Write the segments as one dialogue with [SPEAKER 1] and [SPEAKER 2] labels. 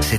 [SPEAKER 1] se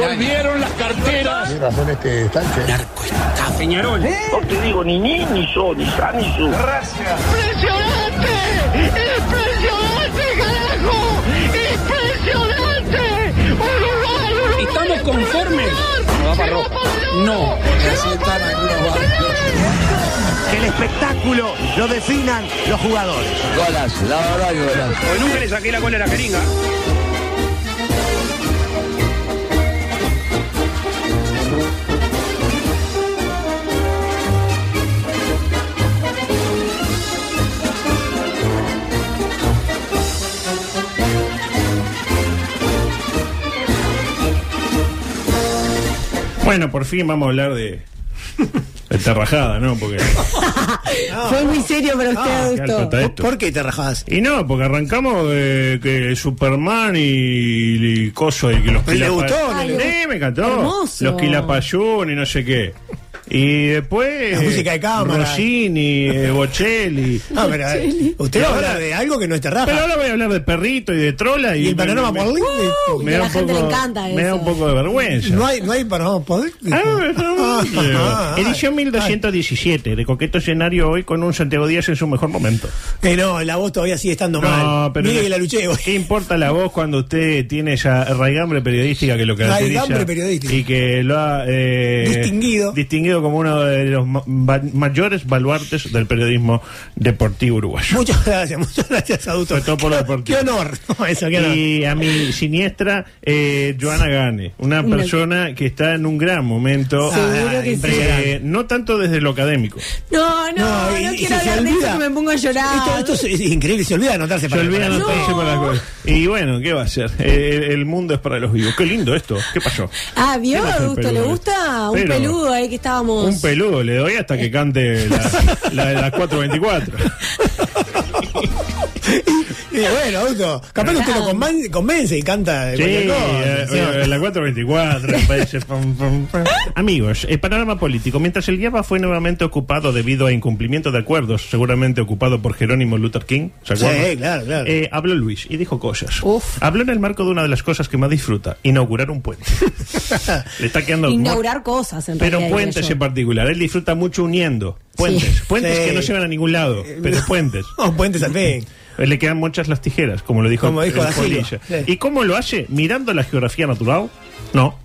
[SPEAKER 2] Volvieron las carteras. Peñarol. ¿Estamos conformes? No. Porque nunca le saqué la cola a la jeringa.
[SPEAKER 3] Bueno, por fin vamos a hablar de. de Tarrajada, ¿no? Porque.
[SPEAKER 4] Fue muy serio para usted,
[SPEAKER 3] Qué alto
[SPEAKER 4] Augusto.
[SPEAKER 3] está esto.
[SPEAKER 5] ¿Por qué te rajás?
[SPEAKER 3] Y no, porque arrancamos de que Superman y, y coso y que los
[SPEAKER 5] ¿Le
[SPEAKER 3] quilapa-
[SPEAKER 5] gustó?
[SPEAKER 4] Ay,
[SPEAKER 3] Sí, me encantó.
[SPEAKER 4] hermoso.
[SPEAKER 3] Los Quilapayún y no sé qué. Y después.
[SPEAKER 5] La música de cámara.
[SPEAKER 3] Rossini, eh, Bocelli.
[SPEAKER 5] No, pero, eh, usted va a hablar de algo que no es terraja.
[SPEAKER 3] Pero ahora voy a hablar de perrito y de trola. Y,
[SPEAKER 5] y el panorama
[SPEAKER 3] me- me-
[SPEAKER 5] por
[SPEAKER 4] Uy, a la gente le encanta
[SPEAKER 3] me da
[SPEAKER 4] eso.
[SPEAKER 3] un poco de vergüenza.
[SPEAKER 5] No hay, no hay panorama por
[SPEAKER 3] Ah, ah, Edición 1217 de Coqueto Escenario hoy con un Santiago Díaz en su mejor momento.
[SPEAKER 5] Que no, la voz todavía sigue estando mal. Mire que la luché hoy.
[SPEAKER 3] ¿Qué importa la voz cuando usted tiene esa raigambre periodística que lo caracteriza?
[SPEAKER 5] Raigambre periodística.
[SPEAKER 3] Y que lo ha eh,
[SPEAKER 5] Distinguido.
[SPEAKER 3] distinguido como uno de los ma- va- mayores baluartes del periodismo deportivo uruguayo.
[SPEAKER 5] Muchas gracias, muchas gracias, adulto.
[SPEAKER 3] Sobre todo por lo
[SPEAKER 5] Qué
[SPEAKER 3] deportivo.
[SPEAKER 5] honor. No, eso, qué honor.
[SPEAKER 3] Y a mi siniestra, eh, Joana Gane, una
[SPEAKER 4] Una-
[SPEAKER 3] persona que está en un gran momento.
[SPEAKER 4] Seguro que sí.
[SPEAKER 3] Eh, no tanto desde lo académico.
[SPEAKER 4] No, no, no,
[SPEAKER 5] y- y
[SPEAKER 4] quiero
[SPEAKER 5] se- se
[SPEAKER 4] hablar de eso
[SPEAKER 5] olvida.
[SPEAKER 4] que me pongo a llorar.
[SPEAKER 5] Esto, esto es, es increíble, se olvida de anotarse
[SPEAKER 3] Se
[SPEAKER 5] para
[SPEAKER 3] olvidan
[SPEAKER 5] para-
[SPEAKER 3] anotarse
[SPEAKER 4] No.
[SPEAKER 3] para las cosas. Y bueno, ¿qué va a ser? Eh, el, el mundo es para los vivos. Qué lindo esto. ¿Qué pasó?
[SPEAKER 4] Ah,
[SPEAKER 3] ¿Qué
[SPEAKER 4] ¿vio,
[SPEAKER 3] pasó el
[SPEAKER 4] Augusto? ¿Le
[SPEAKER 3] peludo?
[SPEAKER 4] gusta? Un
[SPEAKER 3] Pero-
[SPEAKER 4] peludo ahí que estábamos.
[SPEAKER 3] Un peludo le doy hasta que cante la, la de las 4.24.
[SPEAKER 5] Y bueno, adulto, capaz que usted lo conven- convence y canta de
[SPEAKER 3] Sí,
[SPEAKER 5] cualquier
[SPEAKER 3] eh,
[SPEAKER 5] cosa. sí.
[SPEAKER 3] eh, la 424 parece, pam, pam, pam. Amigos, el panorama político. Mientras el Guiaba fue nuevamente ocupado debido a incumplimiento de acuerdos, seguramente ocupado por Jerónimo Luther King, ¿se acuerdan?
[SPEAKER 5] Sí, claro, claro.
[SPEAKER 3] Eh, habló Luis y dijo cosas.
[SPEAKER 4] Uf.
[SPEAKER 3] Habló en el marco de una de las cosas que más disfruta, inaugurar un puente. Le está quedando...
[SPEAKER 4] Inaugurar cosas, en realidad.
[SPEAKER 3] Pero
[SPEAKER 4] diría
[SPEAKER 3] puentes
[SPEAKER 4] yo.
[SPEAKER 3] en particular. Él disfruta mucho uniendo. Puentes. Puentes
[SPEAKER 5] Sí. Eh,
[SPEAKER 3] que no llevan a ningún lado, pero puentes.
[SPEAKER 5] No, puentes al fin.
[SPEAKER 3] Eh, Le quedan muchas las tijeras, como lo dijo,
[SPEAKER 5] Como dijo
[SPEAKER 3] el
[SPEAKER 5] Da Silva.
[SPEAKER 3] Polilla.
[SPEAKER 5] Sí.
[SPEAKER 3] ¿Y cómo lo hace? ¿Mirando la geografía natural? No,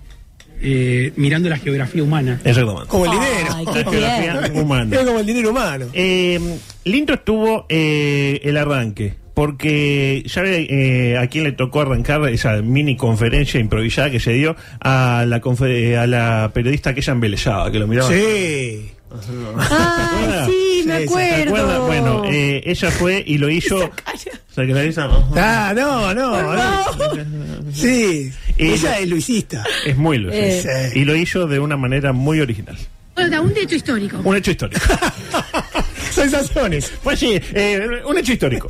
[SPEAKER 6] Eh, mirando la geografía humana.
[SPEAKER 3] exactamente.
[SPEAKER 5] Como el
[SPEAKER 4] Ay,
[SPEAKER 5] dinero.
[SPEAKER 4] qué
[SPEAKER 3] La geografía
[SPEAKER 4] tierno.
[SPEAKER 3] humana.
[SPEAKER 5] Es como el dinero humano.
[SPEAKER 3] Eh, lindo estuvo eh, el arranque, porque ¿sabe eh, a quién le tocó arrancar esa mini conferencia improvisada que se dio? A la, confe- eh, a la periodista aquella embelesada que lo miraba.
[SPEAKER 5] Sí.
[SPEAKER 4] Ay, sí, me
[SPEAKER 3] Ah,
[SPEAKER 5] Sí, sí, ¿te
[SPEAKER 3] ¿Se
[SPEAKER 4] acuerdo.
[SPEAKER 3] acuerdan? Bueno, eh, ella fue y lo hizo. ¿Se acuerdan?
[SPEAKER 5] Ah, no, no. no. Sí.
[SPEAKER 3] Y
[SPEAKER 5] Ella
[SPEAKER 3] la-
[SPEAKER 5] es luisista.
[SPEAKER 3] Es muy lo hizo.
[SPEAKER 5] Eh.
[SPEAKER 3] Y lo hizo de una manera muy original.
[SPEAKER 7] un hecho histórico.
[SPEAKER 3] Un hecho histórico.
[SPEAKER 5] Sensaciones.
[SPEAKER 3] Pues sí, eh, un hecho histórico.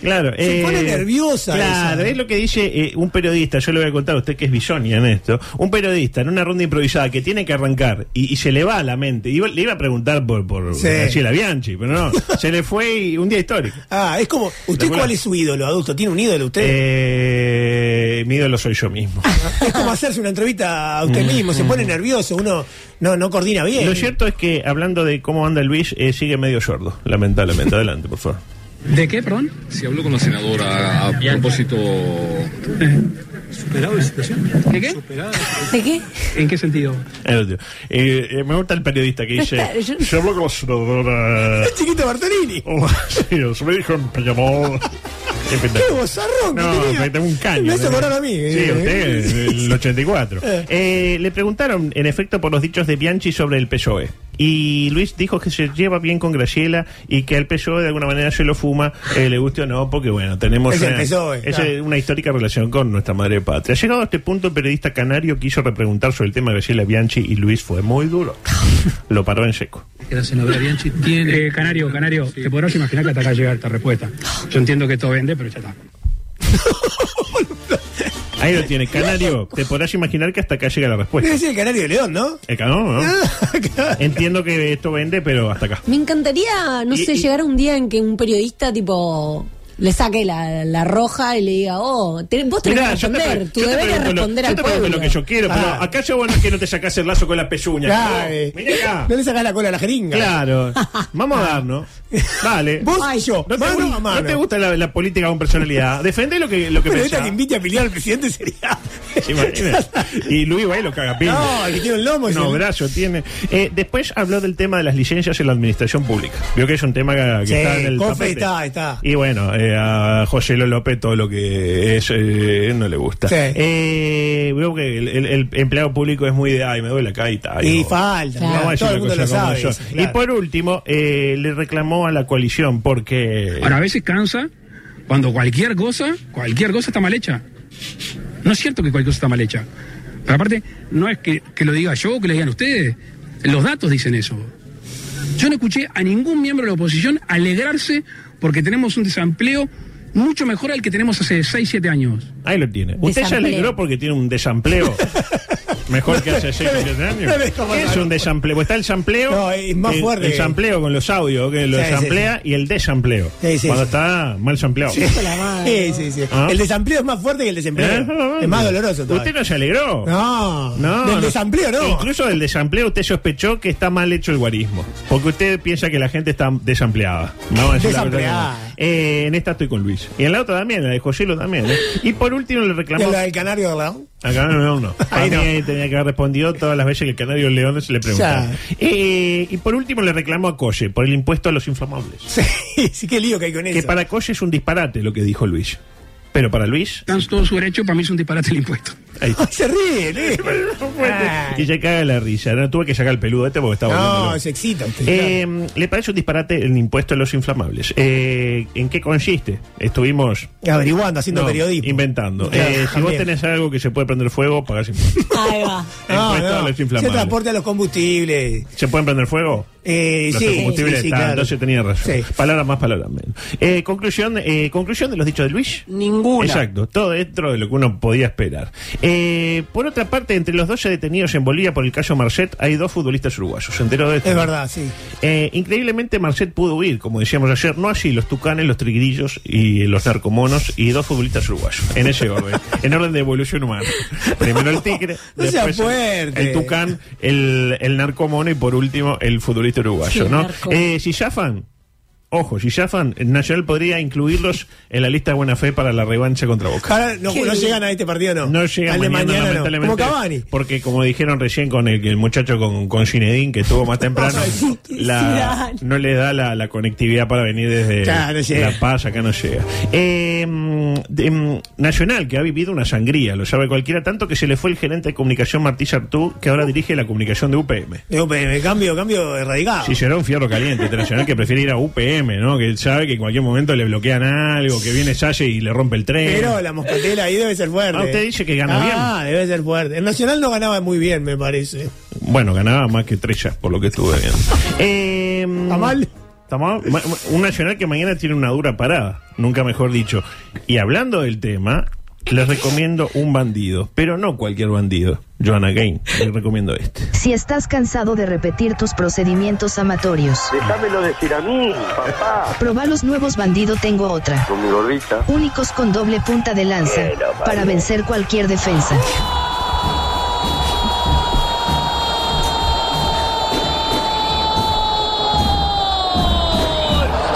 [SPEAKER 3] Claro. eh,
[SPEAKER 5] Se pone nerviosa
[SPEAKER 3] Claro,
[SPEAKER 5] esa.
[SPEAKER 3] es lo que dice eh, un periodista. Yo le voy a contar a usted que es bisonia en esto. Un periodista en una ronda improvisada que tiene que arrancar y, y se le va a la mente. Iba- le iba a preguntar por, por
[SPEAKER 5] Sí.
[SPEAKER 3] Graciela Bianchi, pero no. se le fue y un día histórico.
[SPEAKER 5] Ah, es como. ¿Usted
[SPEAKER 3] Espectacular.
[SPEAKER 5] cuál es su ídolo, adulto? ¿Tiene un ídolo usted?
[SPEAKER 3] Eh, mi ídolo soy yo mismo.
[SPEAKER 5] Es como hacerse una entrevista a usted mismo. Se pone nervioso. Uno no, no coordina bien.
[SPEAKER 3] Mm. Lo cierto es que, hablando de cómo anda Luis, eh, sigue medio sordo, lamentablemente. Adelante, por favor.
[SPEAKER 6] ¿De qué, perdón?
[SPEAKER 8] Se habló con la senadora a propósito
[SPEAKER 6] ¿De qué?
[SPEAKER 4] ¿De qué?
[SPEAKER 6] ¿En qué sentido?
[SPEAKER 3] El otro. Eh, eh, me gusta el periodista que dice:
[SPEAKER 4] Está- yo-
[SPEAKER 3] Se habló con la senadora. Oh,
[SPEAKER 5] Chiquito Bartolini.
[SPEAKER 3] Hola, sí, se me dijo en Peñamol
[SPEAKER 5] ¡Qué bozarrón que
[SPEAKER 3] No,
[SPEAKER 5] tenía!
[SPEAKER 3] espectacular, un caño.
[SPEAKER 5] Me hizo
[SPEAKER 3] tenía.
[SPEAKER 5] acordar a mí.
[SPEAKER 3] Sí, usted, eh, el 84.
[SPEAKER 5] Eh.
[SPEAKER 3] Eh, le preguntaron, en efecto, por los dichos de Bianchi sobre el PSOE. E. Y Luis dijo que se lleva bien con Graciela y que al PSOE E, de alguna manera se lo fuma, eh, le guste o no, porque bueno, tenemos
[SPEAKER 5] Es el
[SPEAKER 3] una,
[SPEAKER 5] PSOE,
[SPEAKER 3] es,
[SPEAKER 5] E, claro.
[SPEAKER 3] eh, una histórica relación con nuestra madre patria. Llegado a este punto, el periodista canario quiso repreguntar sobre el tema de Graciela Bianchi y Luis fue muy duro. lo paró en seco.
[SPEAKER 6] Que la senadora Bianchi tiene. Eh, canario, Canario, te podrás imaginar que hasta acá llega esta respuesta. Yo entiendo que esto vende, pero ya está.
[SPEAKER 3] Ahí lo tiene, canario. Te podrás imaginar que hasta acá llega la respuesta.
[SPEAKER 5] Debe decir el canario de León, ¿no?
[SPEAKER 3] El canón, ¿no?
[SPEAKER 5] Ah, claro.
[SPEAKER 3] Entiendo que esto vende, pero hasta acá.
[SPEAKER 4] Me encantaría, no
[SPEAKER 3] Y-
[SPEAKER 4] sé,
[SPEAKER 3] y-
[SPEAKER 4] llegar a un día en que un periodista, tipo, le saque la, la roja y le diga, oh, te- vos tenés
[SPEAKER 3] Mirá,
[SPEAKER 4] que
[SPEAKER 3] yo te pre-
[SPEAKER 4] responder, tu
[SPEAKER 3] yo te
[SPEAKER 4] deber es
[SPEAKER 3] pregunto lo-
[SPEAKER 4] responder
[SPEAKER 3] yo
[SPEAKER 4] al
[SPEAKER 3] te pregunto
[SPEAKER 4] pueblo.
[SPEAKER 3] lo que yo quiero, pero
[SPEAKER 5] Ah.
[SPEAKER 3] acá yo bueno es que no te sacás el lazo con las pezuñas.
[SPEAKER 5] Claro, eh.
[SPEAKER 3] Mirá acá.
[SPEAKER 5] No le sacás la cola a la jeringa.
[SPEAKER 3] Claro. Vamos a darnos. Vale.
[SPEAKER 5] Vos y yo,
[SPEAKER 3] No te,
[SPEAKER 5] mano
[SPEAKER 3] gusta,
[SPEAKER 5] a mano.
[SPEAKER 3] no te gusta la, la política con personalidad. Defende lo que, lo que
[SPEAKER 5] Pero ahorita
[SPEAKER 3] pensás.
[SPEAKER 5] que invite a pelear al presidente sería.
[SPEAKER 3] ¿Se imagina? Y Luis va y lo caga piña.
[SPEAKER 5] No, el que tiene un lomo. es
[SPEAKER 3] No,
[SPEAKER 5] el-
[SPEAKER 3] brazo tiene. Eh, después habló del tema de las licencias en la administración pública. Vio que es un tema que, que
[SPEAKER 5] Sí,
[SPEAKER 3] está en el
[SPEAKER 5] Confe
[SPEAKER 3] tapete.
[SPEAKER 5] está, está.
[SPEAKER 3] Y bueno, eh, a José Lo López todo lo que es eh, no le gusta.
[SPEAKER 5] Sí.
[SPEAKER 3] Eh, veo que el, el- el empleado público es muy de, ay, me duele acá y tal.
[SPEAKER 5] Y
[SPEAKER 3] No.
[SPEAKER 5] falta.
[SPEAKER 4] Claro.
[SPEAKER 5] mirá,
[SPEAKER 3] Vamos a decir
[SPEAKER 5] todo el
[SPEAKER 3] una
[SPEAKER 5] mundo lo
[SPEAKER 3] cosa como
[SPEAKER 5] sabe.
[SPEAKER 3] yo.
[SPEAKER 5] eso, claro.
[SPEAKER 3] Y por último, eh, le reclamó a la coalición porque...
[SPEAKER 6] Ahora, a veces cansa cuando cualquier cosa, cualquier cosa está mal hecha. No es cierto que cualquier cosa está mal hecha. Pero aparte, no es que, que lo diga yo o que lo digan ustedes. Los datos dicen eso. Yo no escuché a ningún miembro de la oposición alegrarse porque tenemos un desempleo mucho mejor al que tenemos hace 6, 7 años.
[SPEAKER 3] Ahí lo tiene. Usted se
[SPEAKER 4] Desampleo.
[SPEAKER 3] alegró porque tiene un desampleo. Mejor que hace 6 millones de años.
[SPEAKER 5] no me dejo
[SPEAKER 3] ¿Qué es
[SPEAKER 5] pasar.
[SPEAKER 3] un desampleo? Está el sampleo.
[SPEAKER 5] No, es más
[SPEAKER 3] el,
[SPEAKER 5] fuerte.
[SPEAKER 3] El sampleo con los audios, que lo
[SPEAKER 5] Sí, sí,
[SPEAKER 3] desamplea, y el desampleo.
[SPEAKER 5] Sí, sí,
[SPEAKER 3] cuando
[SPEAKER 5] sí.
[SPEAKER 3] está mal sampleado.
[SPEAKER 5] Sí, sí, sí.
[SPEAKER 3] Ah.
[SPEAKER 5] El desempleo es más fuerte que el desempleo.
[SPEAKER 3] ¿Eh?
[SPEAKER 5] Es más doloroso todavía.
[SPEAKER 3] Usted no se alegró.
[SPEAKER 5] No,
[SPEAKER 3] No,
[SPEAKER 5] Del
[SPEAKER 3] no.
[SPEAKER 5] desempleo no.
[SPEAKER 3] Incluso del desampleo usted sospechó que está mal hecho el guarismo. Porque usted piensa que la gente está desampleada. Vamos a decir la verdad que no.
[SPEAKER 5] Desempleada.
[SPEAKER 3] Eh, en esta estoy con Luis. Y en la otra también, en la de Joselo también. ¿eh? Y por último le
[SPEAKER 5] ¿Y
[SPEAKER 3] reclamó.
[SPEAKER 5] el del canario de lado?
[SPEAKER 3] Acá no, no, no. Para
[SPEAKER 5] Ahí
[SPEAKER 3] mí
[SPEAKER 5] no.
[SPEAKER 3] ahí tenía que haber respondido todas las veces que el canario León se le preguntaba.
[SPEAKER 5] Ya.
[SPEAKER 3] Eh, y por último le reclamo a Colle por el impuesto a los inflamables.
[SPEAKER 5] Sí, sí, qué lío que hay con
[SPEAKER 3] Que
[SPEAKER 5] eso.
[SPEAKER 3] para Colle es un disparate lo que dijo Luis. Pero para Luis,
[SPEAKER 6] Están todo su derecho, para mí es un disparate el impuesto.
[SPEAKER 3] ahí está.
[SPEAKER 5] Ay, se ríe, ríe.
[SPEAKER 3] Y
[SPEAKER 5] Ay.
[SPEAKER 3] se caga la risa. No tuve que sacar el peludo este porque estaba volviendo
[SPEAKER 5] No,
[SPEAKER 3] loco.
[SPEAKER 5] se excita usted.
[SPEAKER 3] Eh, ¿Le parece un disparate el impuesto a los inflamables? Eh, ¿En qué consiste? Estuvimos
[SPEAKER 5] claro. Averiguando, haciendo
[SPEAKER 3] no,
[SPEAKER 5] periodismo.
[SPEAKER 3] inventando.
[SPEAKER 5] Claro,
[SPEAKER 3] Eh, si vos
[SPEAKER 5] también.
[SPEAKER 3] tenés algo que se puede prender fuego, pagás impuesto.
[SPEAKER 4] Ahí va.
[SPEAKER 5] No,
[SPEAKER 3] Impuesto a
[SPEAKER 5] no.
[SPEAKER 3] los
[SPEAKER 5] Se
[SPEAKER 3] inflamables.
[SPEAKER 5] transporta los combustibles.
[SPEAKER 3] ¿Se pueden prender fuego?
[SPEAKER 5] Eh,
[SPEAKER 3] Los
[SPEAKER 5] sí,
[SPEAKER 3] combustibles
[SPEAKER 5] sí, sí,
[SPEAKER 3] están,
[SPEAKER 5] claro.
[SPEAKER 3] entonces tenía razón.
[SPEAKER 5] Sí.
[SPEAKER 3] Palabra más, palabra menos. Eh, conclusión, eh, conclusión de los dichos de Luis.
[SPEAKER 9] Ninguna.
[SPEAKER 3] Exacto, todo dentro de lo que uno podía esperar. Eh, por otra parte, entre los 12 detenidos en Bolivia por el caso Marcet hay dos futbolistas uruguayos. ¿Se enteró de esto?
[SPEAKER 5] Es verdad, sí.
[SPEAKER 3] Eh, increíblemente Marcet pudo huir, como decíamos ayer, no así los tucanes, los triguillos y eh, los narcomonos y dos futbolistas uruguayos, en ese orden, en orden de evolución humana. Primero el tigre,
[SPEAKER 5] No sea
[SPEAKER 3] después el,
[SPEAKER 5] fuerte.
[SPEAKER 3] el tucán, el, el narcomono y por último el futbolista uruguayo.
[SPEAKER 4] Sí,
[SPEAKER 3] ¿no?
[SPEAKER 4] narco.
[SPEAKER 3] Eh, si zafan, ojo, si zafan, Nacional podría incluirlos en la lista de buena fe para la revancha contra Boca.
[SPEAKER 5] Ahora no, no llegan a este partido, no.
[SPEAKER 3] No llega
[SPEAKER 5] Al de
[SPEAKER 3] mañana,
[SPEAKER 5] mañana, no.
[SPEAKER 3] lamentablemente,
[SPEAKER 5] Como Cavani.
[SPEAKER 3] Porque como dijeron recién con el, el muchacho con, con Zinedine, que estuvo más temprano, la- no le da la, la conectividad para venir desde
[SPEAKER 5] Ya, no llega.
[SPEAKER 3] La Paz, acá no llega. Eh, mm, de, mm, Nacional, que ha vivido una sangría, lo sabe cualquiera, tanto que se le fue el gerente de comunicación Martí Sartú, que ahora dirige la comunicación de UPM.
[SPEAKER 5] Digo, me, me cambio, cambio radicado.
[SPEAKER 3] Si será un fierro caliente internacional que prefiere ir a UPM, ¿no? Que sabe que en cualquier momento le bloquean algo, que viene Salle y le rompe el tren.
[SPEAKER 5] Pero la moscatela ahí debe ser fuerte.
[SPEAKER 3] Ah, usted dice que gana
[SPEAKER 5] ah,
[SPEAKER 3] bien.
[SPEAKER 5] debe ser fuerte. El Nacional no ganaba muy bien, me parece.
[SPEAKER 3] Bueno, ganaba más que Trellas, por lo que estuve viendo. Eh,
[SPEAKER 5] ¿Está mal?
[SPEAKER 3] está mal. Ma- ma- Un nacional que mañana tiene una dura parada, nunca mejor dicho. Y hablando del tema, les recomiendo un bandido, pero no cualquier bandido. Joanna Gain, les recomiendo este.
[SPEAKER 10] Si estás cansado de repetir tus procedimientos amatorios,
[SPEAKER 8] Déjamelo decir a mí, papá.
[SPEAKER 10] proba los nuevos bandido tengo otra.
[SPEAKER 8] Con mi gordita.
[SPEAKER 10] Únicos con doble punta de lanza, para vencer cualquier defensa.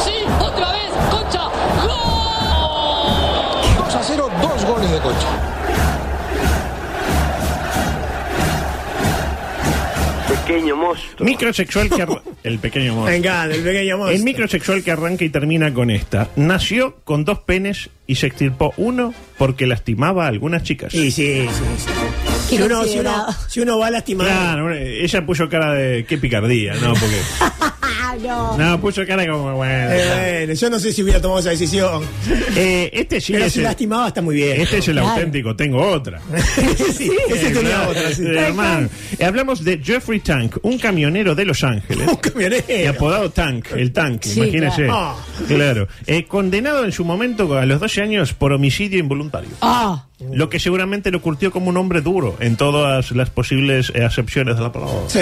[SPEAKER 9] Sí, otra vez, Concha. ¡Gol!
[SPEAKER 11] 2 a 0, dos goles de Concha.
[SPEAKER 8] Pequeño
[SPEAKER 12] pequeño monstruo.
[SPEAKER 3] Microsexual que arra- el pequeño monstruo.
[SPEAKER 5] Me encanta, el pequeño monstruo.
[SPEAKER 3] El microsexual que arranca y termina con esta. Nació con dos penes y se extirpó uno porque lastimaba a algunas chicas.
[SPEAKER 5] Sí, sí, sí.
[SPEAKER 4] Qué
[SPEAKER 5] Si uno, si, uno,
[SPEAKER 4] considerado.
[SPEAKER 5] si uno va a lastimar.
[SPEAKER 3] Claro, bueno, ella puso cara de qué picardía, ¿no? Porque,
[SPEAKER 4] Ah, no.
[SPEAKER 3] no, puso cara como, bueno.
[SPEAKER 5] Eh, bueno, yo no sé si hubiera tomado esa decisión.
[SPEAKER 3] Eh, este sí
[SPEAKER 5] Pero
[SPEAKER 3] es
[SPEAKER 5] si
[SPEAKER 3] el,
[SPEAKER 5] lastimaba está muy bien.
[SPEAKER 3] este es el
[SPEAKER 5] Claro.
[SPEAKER 3] auténtico, tengo otra.
[SPEAKER 5] sí, ese
[SPEAKER 3] Eh,
[SPEAKER 5] tenía
[SPEAKER 3] claro,
[SPEAKER 5] otra. sí.
[SPEAKER 3] eh, hermano. Eh, hablamos de Jeffrey Tank, un camionero de Los Ángeles.
[SPEAKER 5] Un camionero.
[SPEAKER 3] Y apodado Tank, el Tank,
[SPEAKER 4] Sí,
[SPEAKER 3] imagínese.
[SPEAKER 5] claro.
[SPEAKER 3] Claro. Eh, condenado en su momento a los 12 años por homicidio involuntario.
[SPEAKER 4] Ah,
[SPEAKER 5] Mm.
[SPEAKER 3] Lo que seguramente lo curtió como un hombre duro en todas las posibles eh, acepciones de la palabra.
[SPEAKER 5] Sí.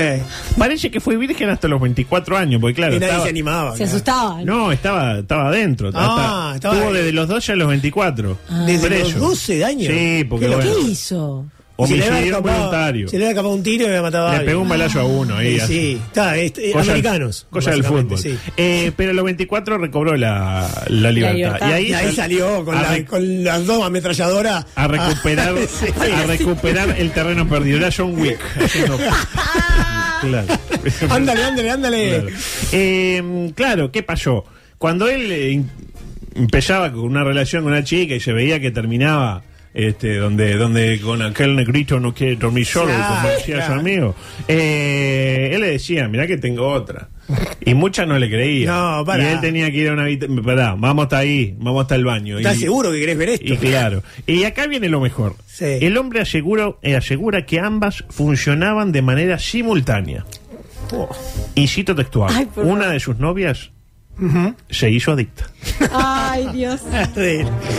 [SPEAKER 3] Parece que fue virgen hasta los 24 años, porque claro.
[SPEAKER 5] y nadie
[SPEAKER 3] estaba-
[SPEAKER 5] se animaba.
[SPEAKER 4] se
[SPEAKER 5] claro.
[SPEAKER 4] asustaba.
[SPEAKER 3] No, estaba, estaba adentro.
[SPEAKER 5] Ah,
[SPEAKER 3] Hasta-
[SPEAKER 5] estaba
[SPEAKER 3] estuvo
[SPEAKER 5] ahí.
[SPEAKER 3] desde los 12 a los 24.
[SPEAKER 5] Desde
[SPEAKER 3] preso.
[SPEAKER 5] los 12 años.
[SPEAKER 3] Sí, porque
[SPEAKER 5] Pero
[SPEAKER 3] bueno.
[SPEAKER 4] ¿Qué hizo?
[SPEAKER 5] Si le
[SPEAKER 3] Homicidio
[SPEAKER 5] había escapado-
[SPEAKER 3] involuntario.
[SPEAKER 5] si le había escapado un tiro y había matado a
[SPEAKER 3] Le
[SPEAKER 5] alguien.
[SPEAKER 3] pegó un balazo a uno ahí.
[SPEAKER 5] Sí,
[SPEAKER 3] así.
[SPEAKER 5] sí. Está, este,
[SPEAKER 3] Cosa-
[SPEAKER 5] americanos.
[SPEAKER 3] Cosa del
[SPEAKER 5] básicamente,
[SPEAKER 3] fútbol.
[SPEAKER 5] sí.
[SPEAKER 3] Eh, pero a los 24 recobró la, la libertad.
[SPEAKER 4] libertad.
[SPEAKER 5] Y ahí
[SPEAKER 3] sal-
[SPEAKER 5] salió con,
[SPEAKER 3] a,
[SPEAKER 5] la-
[SPEAKER 3] re-
[SPEAKER 5] con las dos ametralladoras.
[SPEAKER 3] a recuperar,
[SPEAKER 5] Sí.
[SPEAKER 3] a recuperar el terreno perdido. Era John Wick. haciendo- claro.
[SPEAKER 5] ándale, ándale, ándale.
[SPEAKER 3] Claro. Eh, claro, ¿qué pasó? Cuando él eh, in- empezaba con una relación con una chica y se veía que terminaba este, donde, donde con aquel negrito no quiere dormir solo,
[SPEAKER 5] Claro,
[SPEAKER 3] como decía
[SPEAKER 5] claro.
[SPEAKER 3] su amigo, eh, él le decía, mirá que tengo otra. Y muchas no le creían.
[SPEAKER 5] No, pará.
[SPEAKER 3] Y él tenía que ir a una habitación. Pará, vamos hasta ahí, vamos hasta el baño.
[SPEAKER 5] ¿Estás
[SPEAKER 3] Y-
[SPEAKER 5] seguro que querés ver esto?
[SPEAKER 3] y claro. Y acá viene lo mejor.
[SPEAKER 5] Sí.
[SPEAKER 3] El hombre aseguró- eh, asegura que ambas funcionaban de manera simultánea. Y cito textual.
[SPEAKER 4] Ay, por
[SPEAKER 3] una de sus novias se hizo adicta.
[SPEAKER 4] Ay, Dios.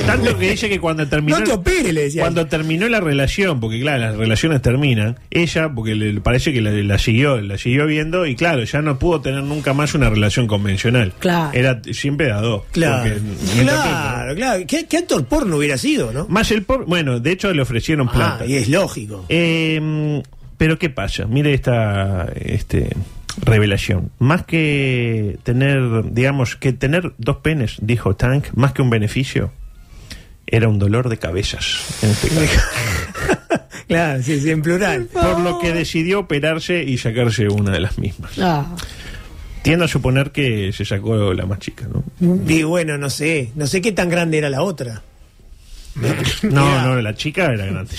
[SPEAKER 3] Tanto que dice que cuando terminó...
[SPEAKER 5] No te opere, le decía.
[SPEAKER 3] Cuando terminó la relación, porque claro, las relaciones terminan, ella, porque le le parece que la, la siguió, la siguió viendo, y claro, ya no pudo tener nunca más una relación convencional.
[SPEAKER 4] Claro.
[SPEAKER 3] Era siempre de a dos.
[SPEAKER 5] Claro,
[SPEAKER 3] porque-
[SPEAKER 5] claro, claro. ¿Qué, qué actor porno hubiera sido, no?
[SPEAKER 3] Más el por... Bueno, de hecho le ofrecieron
[SPEAKER 5] Ah,
[SPEAKER 3] plata.
[SPEAKER 5] y es lógico.
[SPEAKER 3] Eh, pero ¿qué pasa? Mire esta este, revelación. Más que tener, digamos, que tener dos penes, dijo Tank, más que un beneficio, era un dolor de cabezas. en este caso.
[SPEAKER 5] Claro, sí, sí, en plural.
[SPEAKER 3] Por lo que decidió operarse y sacarse una de las mismas.
[SPEAKER 4] Ah.
[SPEAKER 3] Tiendo a suponer que se sacó la más chica, ¿no?
[SPEAKER 5] Y bueno, no sé. No sé qué tan grande era la otra.
[SPEAKER 3] No, no, la chica era grande.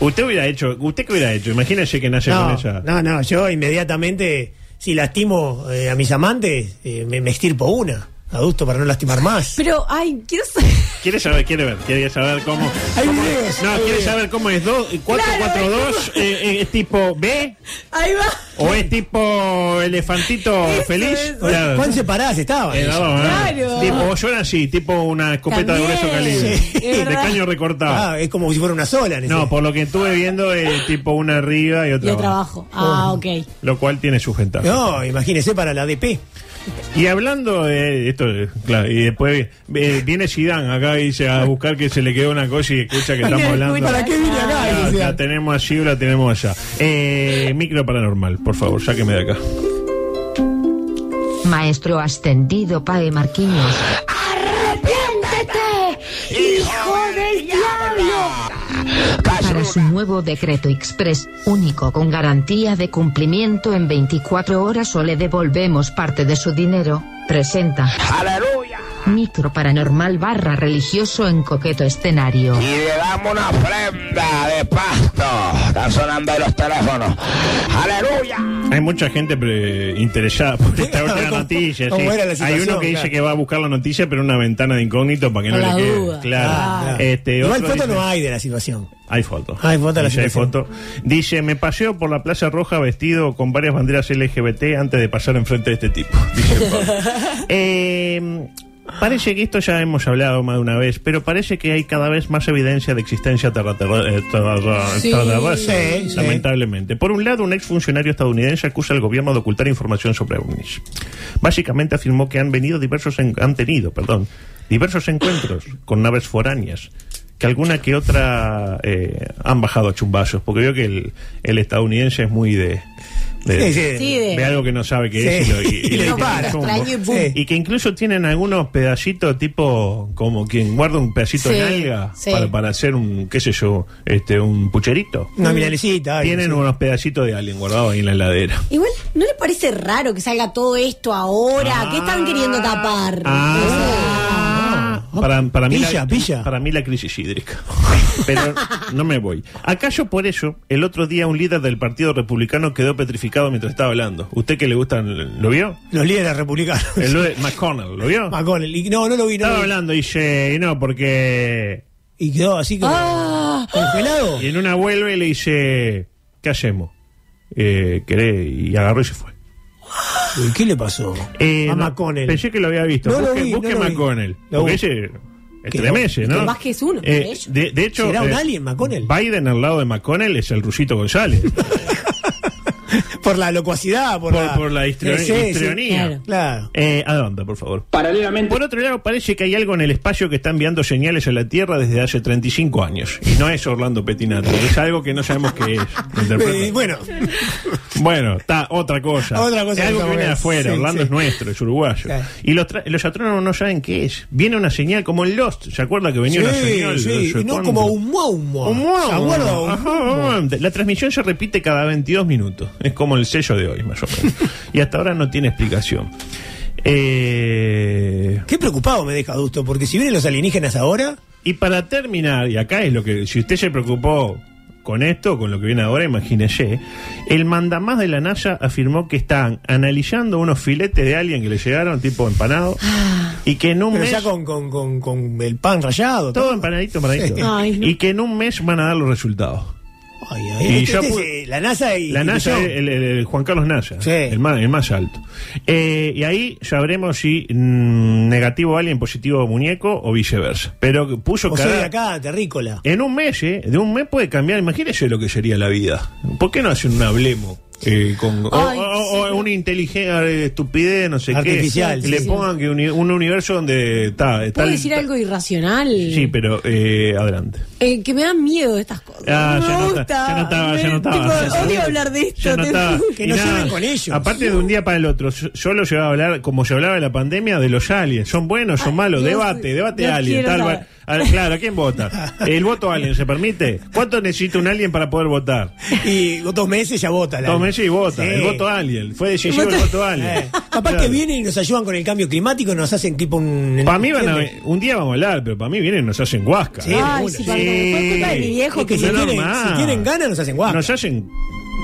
[SPEAKER 3] Usted hubiera hecho, usted qué hubiera hecho, imagínese que nace con
[SPEAKER 5] No,
[SPEAKER 3] ella.
[SPEAKER 5] no, no, yo inmediatamente, si lastimo eh, a mis amantes, eh, me, me extirpo una. Adusto para no lastimar más.
[SPEAKER 4] Pero, ay, quiero saber.
[SPEAKER 3] Quiere saber, quiere ver, quiere saber cómo.
[SPEAKER 5] Hay videos.
[SPEAKER 3] No, ¿quieres saber cómo es? Do- ¿442 eh, eh, es tipo B?
[SPEAKER 4] Ahí va.
[SPEAKER 3] ¿O es tipo elefantito
[SPEAKER 4] Eso,
[SPEAKER 3] feliz?
[SPEAKER 4] eso.
[SPEAKER 3] Ya,
[SPEAKER 5] ¿Cuán separadas estaban?
[SPEAKER 3] eh,
[SPEAKER 5] ellas?
[SPEAKER 3] vamos, vamos.
[SPEAKER 4] Claro.
[SPEAKER 3] Tipo, o suena así, tipo una escopeta
[SPEAKER 4] También.
[SPEAKER 3] de grueso calibre.
[SPEAKER 4] Sí, es
[SPEAKER 3] de
[SPEAKER 4] verdad.
[SPEAKER 3] caño recortado.
[SPEAKER 5] Ah, es como si fuera una sola. en ese-
[SPEAKER 3] no, por lo que estuve viendo es tipo una arriba y
[SPEAKER 4] Y
[SPEAKER 3] otra
[SPEAKER 4] el
[SPEAKER 3] abajo.
[SPEAKER 4] trabajo. Ah,
[SPEAKER 3] Oh.
[SPEAKER 4] ok.
[SPEAKER 3] Lo cual tiene sus ventajas.
[SPEAKER 5] No, imagínese para la DP.
[SPEAKER 3] Y hablando de esto, eh, claro, y después eh, viene Sidán acá y dice a buscar que se le quedó una cosa y escucha que estamos hablando.
[SPEAKER 5] ¿Para qué vine acá?
[SPEAKER 3] Ah,
[SPEAKER 5] O sea,
[SPEAKER 3] la tenemos allí o la tenemos allá. Eh, micro paranormal, por favor, sáqueme de acá.
[SPEAKER 10] Maestro ascendido Pae Marquiños. Para su nuevo decreto express, único con garantía de cumplimiento en 24 horas o le devolvemos parte de su dinero, presenta
[SPEAKER 12] Aleluya.
[SPEAKER 10] Micro Paranormal barra religioso en coqueto escenario.
[SPEAKER 12] Y le damos una ofrenda de pasto. Están sonando los teléfonos. Aleluya.
[SPEAKER 3] Hay mucha gente pre- interesada por esta última
[SPEAKER 5] ¿Cómo-
[SPEAKER 3] noticia.
[SPEAKER 5] cómo
[SPEAKER 3] sí.
[SPEAKER 5] era la
[SPEAKER 3] Hay uno
[SPEAKER 5] situación?
[SPEAKER 3] que dice
[SPEAKER 5] Claro.
[SPEAKER 3] que va a buscar la noticia, pero en una ventana de incógnito para que no
[SPEAKER 4] Con
[SPEAKER 3] le
[SPEAKER 4] la
[SPEAKER 3] quede.
[SPEAKER 4] duda.
[SPEAKER 3] Claro.
[SPEAKER 5] Ah.
[SPEAKER 3] Este,
[SPEAKER 5] Igual
[SPEAKER 3] otro
[SPEAKER 5] foto
[SPEAKER 3] dice-
[SPEAKER 5] no hay de la situación.
[SPEAKER 3] Hay foto.
[SPEAKER 5] Hay foto de la
[SPEAKER 3] Dice, hay
[SPEAKER 5] situación.
[SPEAKER 3] foto. Dice, me paseo por la Plaza Roja vestido con varias banderas LGBT antes de pasar enfrente de este tipo. Dice Pablo. Eh, parece que esto ya hemos hablado más de una vez, pero parece que hay cada vez más evidencia de existencia terra- terra- eh, terra-
[SPEAKER 4] Sí.
[SPEAKER 3] terrarraza,
[SPEAKER 5] Sí, sí.
[SPEAKER 3] lamentablemente. Por un lado, un exfuncionario estadounidense acusa al gobierno de ocultar información sobre ovnis. Básicamente afirmó que han venido diversos en- han tenido, perdón, diversos encuentros con naves foráneas que alguna que otra eh, han bajado a chumbazos, porque veo que el, el estadounidense es muy de
[SPEAKER 5] Sí,
[SPEAKER 3] de,
[SPEAKER 5] sí. Sí, de-
[SPEAKER 3] de algo que no sabe que
[SPEAKER 5] Sí.
[SPEAKER 3] es y, lo- y- y
[SPEAKER 5] Y
[SPEAKER 3] le
[SPEAKER 5] lo
[SPEAKER 3] tira
[SPEAKER 5] para.
[SPEAKER 3] un combo.
[SPEAKER 5] Extraño y pum.
[SPEAKER 3] Sí. Y que incluso tienen algunos pedacitos tipo como quien guarda un pedacito
[SPEAKER 5] Sí,
[SPEAKER 3] de alga
[SPEAKER 5] sí.
[SPEAKER 3] para, para hacer un qué sé yo este un pucherito
[SPEAKER 5] Una milanesita, algo
[SPEAKER 3] tienen
[SPEAKER 5] así.
[SPEAKER 3] unos pedacitos de alien guardados ahí en la heladera
[SPEAKER 4] Igual, ¿no le parece raro que salga todo esto ahora? ¿Qué están queriendo tapar?
[SPEAKER 3] Ah. Para, para mí
[SPEAKER 5] Pilla,
[SPEAKER 3] la, para mí la crisis hídrica. Pero no me voy. ¿Acaso por eso el otro día un líder del Partido Republicano quedó petrificado mientras estaba hablando? ¿Usted que le gustan, lo vio?
[SPEAKER 5] Los líderes republicanos.
[SPEAKER 3] El de McConnell, ¿lo vio?
[SPEAKER 5] McConnell. Y- no, no lo vi. No
[SPEAKER 3] Estaba
[SPEAKER 5] lo vi.
[SPEAKER 3] hablando y dice, "Y no, porque...
[SPEAKER 5] Y quedó así como Ah. congelado.
[SPEAKER 3] Y en una vuelve y le dice, ¿qué hacemos? Eh, ¿Querés? Y agarró y se fue.
[SPEAKER 5] ¿Y ¿Qué le pasó?
[SPEAKER 3] Eh,
[SPEAKER 5] a
[SPEAKER 3] no,
[SPEAKER 5] McConnell.
[SPEAKER 3] Pensé que lo había visto.
[SPEAKER 5] No lo
[SPEAKER 3] busque
[SPEAKER 5] vi, no
[SPEAKER 3] busque
[SPEAKER 5] lo vi.
[SPEAKER 3] McConnell.
[SPEAKER 5] Lo
[SPEAKER 3] porque
[SPEAKER 5] busco.
[SPEAKER 3] ese
[SPEAKER 5] Que
[SPEAKER 3] estremece,
[SPEAKER 5] no,
[SPEAKER 3] ¿no?
[SPEAKER 5] que más que es uno,
[SPEAKER 3] Eh,
[SPEAKER 5] de hecho.
[SPEAKER 3] de, de hecho,
[SPEAKER 5] ¿Será un
[SPEAKER 3] eh,
[SPEAKER 5] alien, McConnell?
[SPEAKER 3] Biden al lado de McConnell es el Rusito González.
[SPEAKER 5] Por la locuacidad, por,
[SPEAKER 3] Por-
[SPEAKER 5] la, Eh,
[SPEAKER 3] por la histrioni-
[SPEAKER 5] Sí, sí,
[SPEAKER 3] histrionía.
[SPEAKER 5] claro. claro.
[SPEAKER 3] Eh, adelanta, por favor. Paralelamente. Por otro lado, parece que hay algo en el espacio que está enviando señales a la Tierra desde hace 35 años. Y no es Orlando Petinato, es algo que no sabemos qué es. ¿Me interpreta?
[SPEAKER 5] Eh, bueno,
[SPEAKER 3] Bueno, está otra cosa.
[SPEAKER 5] Otra cosa
[SPEAKER 3] Es algo
[SPEAKER 5] que
[SPEAKER 3] que viene de
[SPEAKER 5] sabemos.
[SPEAKER 3] afuera.
[SPEAKER 5] Sí,
[SPEAKER 3] Orlando
[SPEAKER 5] sí.
[SPEAKER 3] es nuestro, es uruguayo. Y los, tra- los astrónomos no saben qué es. Viene una señal como en Lost. ¿Se acuerda que venía una señal?
[SPEAKER 5] sí, sí.
[SPEAKER 3] sé
[SPEAKER 5] Y no
[SPEAKER 3] cuánto?
[SPEAKER 5] como un mua, un mua.
[SPEAKER 3] Un muau.
[SPEAKER 5] ¿Se acuerda? Un
[SPEAKER 3] Ajá,
[SPEAKER 5] mua, un mua.
[SPEAKER 3] ajá. La transmisión se repite cada 22 minutos. Es como el sello de hoy, más o menos. y hasta ahora no tiene explicación. Eh,
[SPEAKER 5] Qué preocupado me deja Adusto, porque si vienen los alienígenas ahora,
[SPEAKER 3] y para terminar, y acá es lo que, si usted se preocupó con esto, con lo que viene ahora, imagínese, el mandamás de la NASA afirmó que están analizando unos filetes de alien que le llegaron, tipo empanado, y que en un
[SPEAKER 5] pero
[SPEAKER 3] mes...
[SPEAKER 5] ya con, con, con, con el pan rayado.
[SPEAKER 3] Todo empanadito, empanadito.
[SPEAKER 5] Sí. Ay, no.
[SPEAKER 3] Y que en un mes van a dar los resultados.
[SPEAKER 5] Ay, ay,
[SPEAKER 3] Y
[SPEAKER 5] este-
[SPEAKER 3] ya
[SPEAKER 5] este
[SPEAKER 3] pu-
[SPEAKER 5] es, eh, la NASA y
[SPEAKER 3] La NASA,
[SPEAKER 5] institución.
[SPEAKER 3] el, el- el Juan Carlos NASA,
[SPEAKER 5] Sí.
[SPEAKER 3] el, más, el más alto. Eh, y ahí sabremos si mm, negativo alien, positivo muñeco o viceversa. Pero que puso
[SPEAKER 5] o sea,
[SPEAKER 3] cada-
[SPEAKER 5] de acá, terrícola.
[SPEAKER 3] En un mes, ¿eh? De un mes puede cambiar. Imagínese lo que sería la vida. ¿Por qué no hacen un hablemo? eh, con, o,
[SPEAKER 5] Ay,
[SPEAKER 3] o- o una inteligente estupidez, no sé
[SPEAKER 5] Artificial,
[SPEAKER 3] qué.
[SPEAKER 5] sí,
[SPEAKER 3] le
[SPEAKER 5] sí.
[SPEAKER 3] pongan que uni- un universo donde está. está
[SPEAKER 4] ¿Puedo
[SPEAKER 3] el-
[SPEAKER 4] decir algo irracional?
[SPEAKER 3] Sí, pero eh, adelante.
[SPEAKER 4] Eh, que me dan miedo estas cosas.
[SPEAKER 3] Ah,
[SPEAKER 4] no
[SPEAKER 3] ya,
[SPEAKER 4] me
[SPEAKER 3] no está,
[SPEAKER 4] gusta.
[SPEAKER 3] ya no estaba, ya no
[SPEAKER 4] Tipo,
[SPEAKER 3] estaba. Ya
[SPEAKER 4] odio
[SPEAKER 3] estaba.
[SPEAKER 4] hablar de esto.
[SPEAKER 3] Ya no
[SPEAKER 4] te
[SPEAKER 3] estaba.
[SPEAKER 4] juro.
[SPEAKER 3] Y nada, Aparte de un día para el otro, yo yo lo llevaba a hablar, como yo hablaba de la pandemia, de los aliens. ¿Son buenos, son malos?
[SPEAKER 4] Dios,
[SPEAKER 3] debate, debate
[SPEAKER 4] no
[SPEAKER 3] alien.
[SPEAKER 4] quiero
[SPEAKER 3] tal,
[SPEAKER 4] saber.
[SPEAKER 3] va- a- claro, ¿a quién vota? ¿El voto alien se permite? ¿Cuánto necesita un alien para poder votar?
[SPEAKER 5] Y dos meses ya vota. la-
[SPEAKER 3] Dos meses y vota.
[SPEAKER 5] Sí.
[SPEAKER 3] El voto alien. Fue decisivo el
[SPEAKER 5] voto-
[SPEAKER 3] voto alien.
[SPEAKER 5] Eh, Capaz que
[SPEAKER 3] Claro.
[SPEAKER 5] vienen y nos ayudan con el cambio climático y nos hacen tipo un.
[SPEAKER 3] Para mí van a
[SPEAKER 5] ¿entiendes?
[SPEAKER 3] ve- un día vamos a hablar, pero para mí vienen y nos hacen huasca.
[SPEAKER 5] Sí,
[SPEAKER 4] Ay,
[SPEAKER 5] de
[SPEAKER 4] sí,
[SPEAKER 5] una.
[SPEAKER 4] perdón, fue culpa de mi viejo
[SPEAKER 5] Es que
[SPEAKER 4] que
[SPEAKER 5] si
[SPEAKER 3] no
[SPEAKER 4] me-
[SPEAKER 3] era
[SPEAKER 5] tienen,
[SPEAKER 3] normal.
[SPEAKER 5] si tienen ganas nos hacen guapo.
[SPEAKER 3] Nos hacen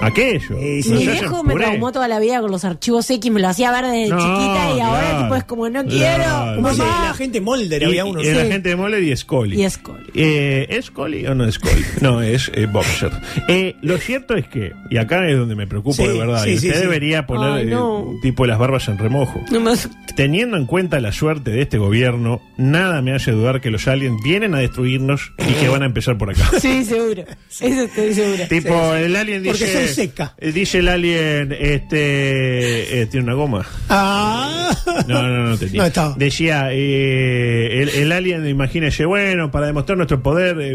[SPEAKER 3] aquello.
[SPEAKER 5] Sí, sí.
[SPEAKER 3] Nos
[SPEAKER 4] Mi
[SPEAKER 3] hacen
[SPEAKER 4] viejo me
[SPEAKER 3] puré.
[SPEAKER 4] traumó toda la vida con los archivos X, me lo hacía ver desde
[SPEAKER 3] No,
[SPEAKER 4] chiquita y ahora
[SPEAKER 3] claro.
[SPEAKER 4] tipo es como no quiero,
[SPEAKER 3] Claro.
[SPEAKER 5] Como
[SPEAKER 4] mamá.
[SPEAKER 5] dice la gente Molder,
[SPEAKER 3] Y-
[SPEAKER 5] había uno.
[SPEAKER 3] y la
[SPEAKER 5] Sí.
[SPEAKER 3] gente de Moller y Scully.
[SPEAKER 4] Y Scully.
[SPEAKER 3] Eh, ¿Es Scully o no es Scully? No, es eh, Boxer. Eh, lo cierto es que, y acá es donde me preocupo
[SPEAKER 5] Sí,
[SPEAKER 3] de verdad,
[SPEAKER 5] sí,
[SPEAKER 3] y
[SPEAKER 5] sí,
[SPEAKER 3] usted
[SPEAKER 5] sí.
[SPEAKER 3] debería poner
[SPEAKER 4] Ay,
[SPEAKER 3] eh,
[SPEAKER 4] no.
[SPEAKER 3] tipo las barbas en remojo.
[SPEAKER 4] No me asustes.
[SPEAKER 3] Teniendo en cuenta la suerte de este gobierno, nada me hace dudar que los aliens vienen a destruirnos y que van a empezar por acá.
[SPEAKER 4] Sí, seguro. Eso estoy segura.
[SPEAKER 3] Tipo, el alien dice.
[SPEAKER 5] Porque soy seca.
[SPEAKER 3] eh, Dice el alien, este. eh, tiene una goma.
[SPEAKER 5] Ah.
[SPEAKER 3] No, no, no tenía.
[SPEAKER 5] No estaba.
[SPEAKER 3] Decía, eh, el, el alien, imagínese, bueno, para demostrar nuestro poder, eh,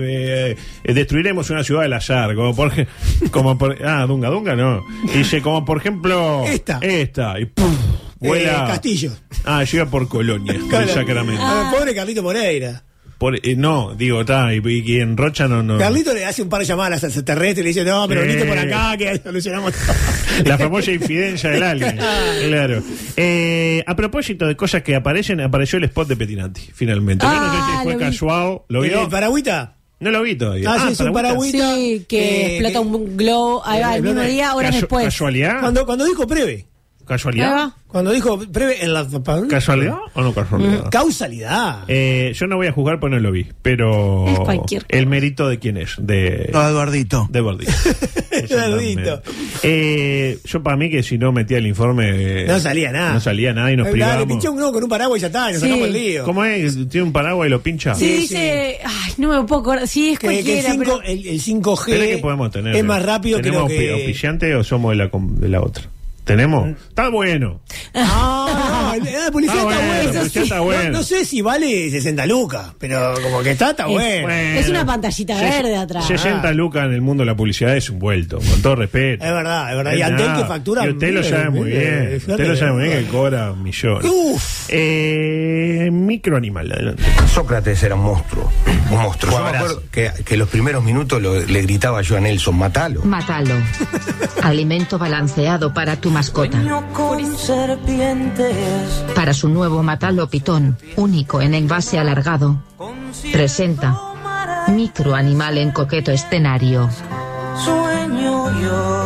[SPEAKER 3] eh, eh, destruiremos una ciudad al azar. Como por, ej- como por- Ah, Dunga Dunga, no. Dice, como por ejemplo.
[SPEAKER 5] Esta.
[SPEAKER 3] Esta. Y ¡pum! Vuela.
[SPEAKER 5] Eh, Castillo.
[SPEAKER 3] Ah, llega por Colonia, del
[SPEAKER 5] Claro.
[SPEAKER 3] Sacramento.
[SPEAKER 5] Ah, pobre Carlito Moreira.
[SPEAKER 3] Por- eh, no, digo, está, y, y en Rocha no. no.
[SPEAKER 5] Carlito le hace un par de llamadas al extraterrestre y le dice, no, pero veniste
[SPEAKER 3] Eh.
[SPEAKER 5] por acá que solucionamos todo.
[SPEAKER 3] La famosa infidencia del alien.
[SPEAKER 4] Ah.
[SPEAKER 3] Claro. Eh, a propósito de cosas que aparecen, apareció el spot de Petinanti, finalmente. Yo no sé
[SPEAKER 4] Ah,
[SPEAKER 3] si fue
[SPEAKER 4] lo vi.
[SPEAKER 3] casual. ¿Lo
[SPEAKER 5] ¿El,
[SPEAKER 3] vio?
[SPEAKER 5] el paragüita?
[SPEAKER 3] No lo vi todavía.
[SPEAKER 5] Eh, Ah, sí, es un
[SPEAKER 3] ¿para
[SPEAKER 5] paragüita.
[SPEAKER 4] Sí, que
[SPEAKER 5] Eh,
[SPEAKER 4] explota un globo, ahí va,
[SPEAKER 5] eh,
[SPEAKER 4] el mismo
[SPEAKER 5] explota-
[SPEAKER 4] día, horas
[SPEAKER 3] Casu-
[SPEAKER 4] después. Ah.
[SPEAKER 3] ¿Casualidad?
[SPEAKER 5] Cuando, cuando dijo preve.
[SPEAKER 4] Ahí
[SPEAKER 3] ¿Casualidad?
[SPEAKER 4] va.
[SPEAKER 5] Cuando dijo breve en la
[SPEAKER 3] ¿Casualidad o no
[SPEAKER 5] Mm,
[SPEAKER 3] casualidad?
[SPEAKER 5] causalidad.
[SPEAKER 3] Eh, yo no voy a juzgar porque no lo vi, pero
[SPEAKER 4] Es cualquier cosa.
[SPEAKER 3] el mérito de quién es, de,
[SPEAKER 11] Eduardito.
[SPEAKER 3] de Gordito.
[SPEAKER 5] Eduardito.
[SPEAKER 3] Eh, yo para mí que si no metía el informe eh,
[SPEAKER 5] No salía nada.
[SPEAKER 3] no salía nada y nos
[SPEAKER 5] Eh,
[SPEAKER 3] privábamos.
[SPEAKER 5] Dale, pinché un globo con un paraguas y ya está, y nos
[SPEAKER 4] Sí.
[SPEAKER 5] sacamos el lío.
[SPEAKER 3] ¿Cómo es? ¿Tiene un paraguas y lo pincha?
[SPEAKER 4] Sí,
[SPEAKER 5] Sí,
[SPEAKER 4] dice, ay, no me puedo acordar, sí, es
[SPEAKER 5] Que- que el,
[SPEAKER 4] cualquiera,
[SPEAKER 5] 5,
[SPEAKER 4] pero-
[SPEAKER 5] el, el 5G
[SPEAKER 3] ¿Pero qué podemos tener?
[SPEAKER 5] es más rápido que Mm. lo
[SPEAKER 3] ¿Tenemos opi-
[SPEAKER 5] que...
[SPEAKER 3] auspiciante o somos de la, com- de la otra? ¿Tenemos? Está bueno.
[SPEAKER 5] No, Ah, no, la policía está,
[SPEAKER 3] Está Ah, bueno,
[SPEAKER 5] buena.
[SPEAKER 3] la policía está
[SPEAKER 5] No-
[SPEAKER 3] buena.
[SPEAKER 5] No, sé si vale 60 lucas, pero como que está, está
[SPEAKER 4] Es-
[SPEAKER 5] bueno.
[SPEAKER 4] Es una pantallita
[SPEAKER 5] Se-
[SPEAKER 4] verde atrás.
[SPEAKER 3] 60 lucas en el mundo de la publicidad es un vuelto, con todo respeto.
[SPEAKER 5] Ah. Es verdad, es verdad. Y
[SPEAKER 3] Es
[SPEAKER 5] Antel
[SPEAKER 3] nada.
[SPEAKER 5] que factura
[SPEAKER 3] Y usted lo
[SPEAKER 5] miles,
[SPEAKER 3] sabe muy
[SPEAKER 5] miles,
[SPEAKER 3] bien.
[SPEAKER 5] fíjate
[SPEAKER 3] Usted lo
[SPEAKER 5] que-
[SPEAKER 3] sabe muy bien que cobra millones.
[SPEAKER 5] Uf.
[SPEAKER 3] Eh, microanimal, adelante.
[SPEAKER 13] Sócrates era un monstruo, un monstruo. Yo me acuerdo que, que los primeros minutos lo- le gritaba yo a Nelson, matalo.
[SPEAKER 10] Mátalo. Alimento balanceado para tu mascota. Para su nuevo Matalo Pitón, único en envase alargado. Presenta. Microanimal en coqueto escenario.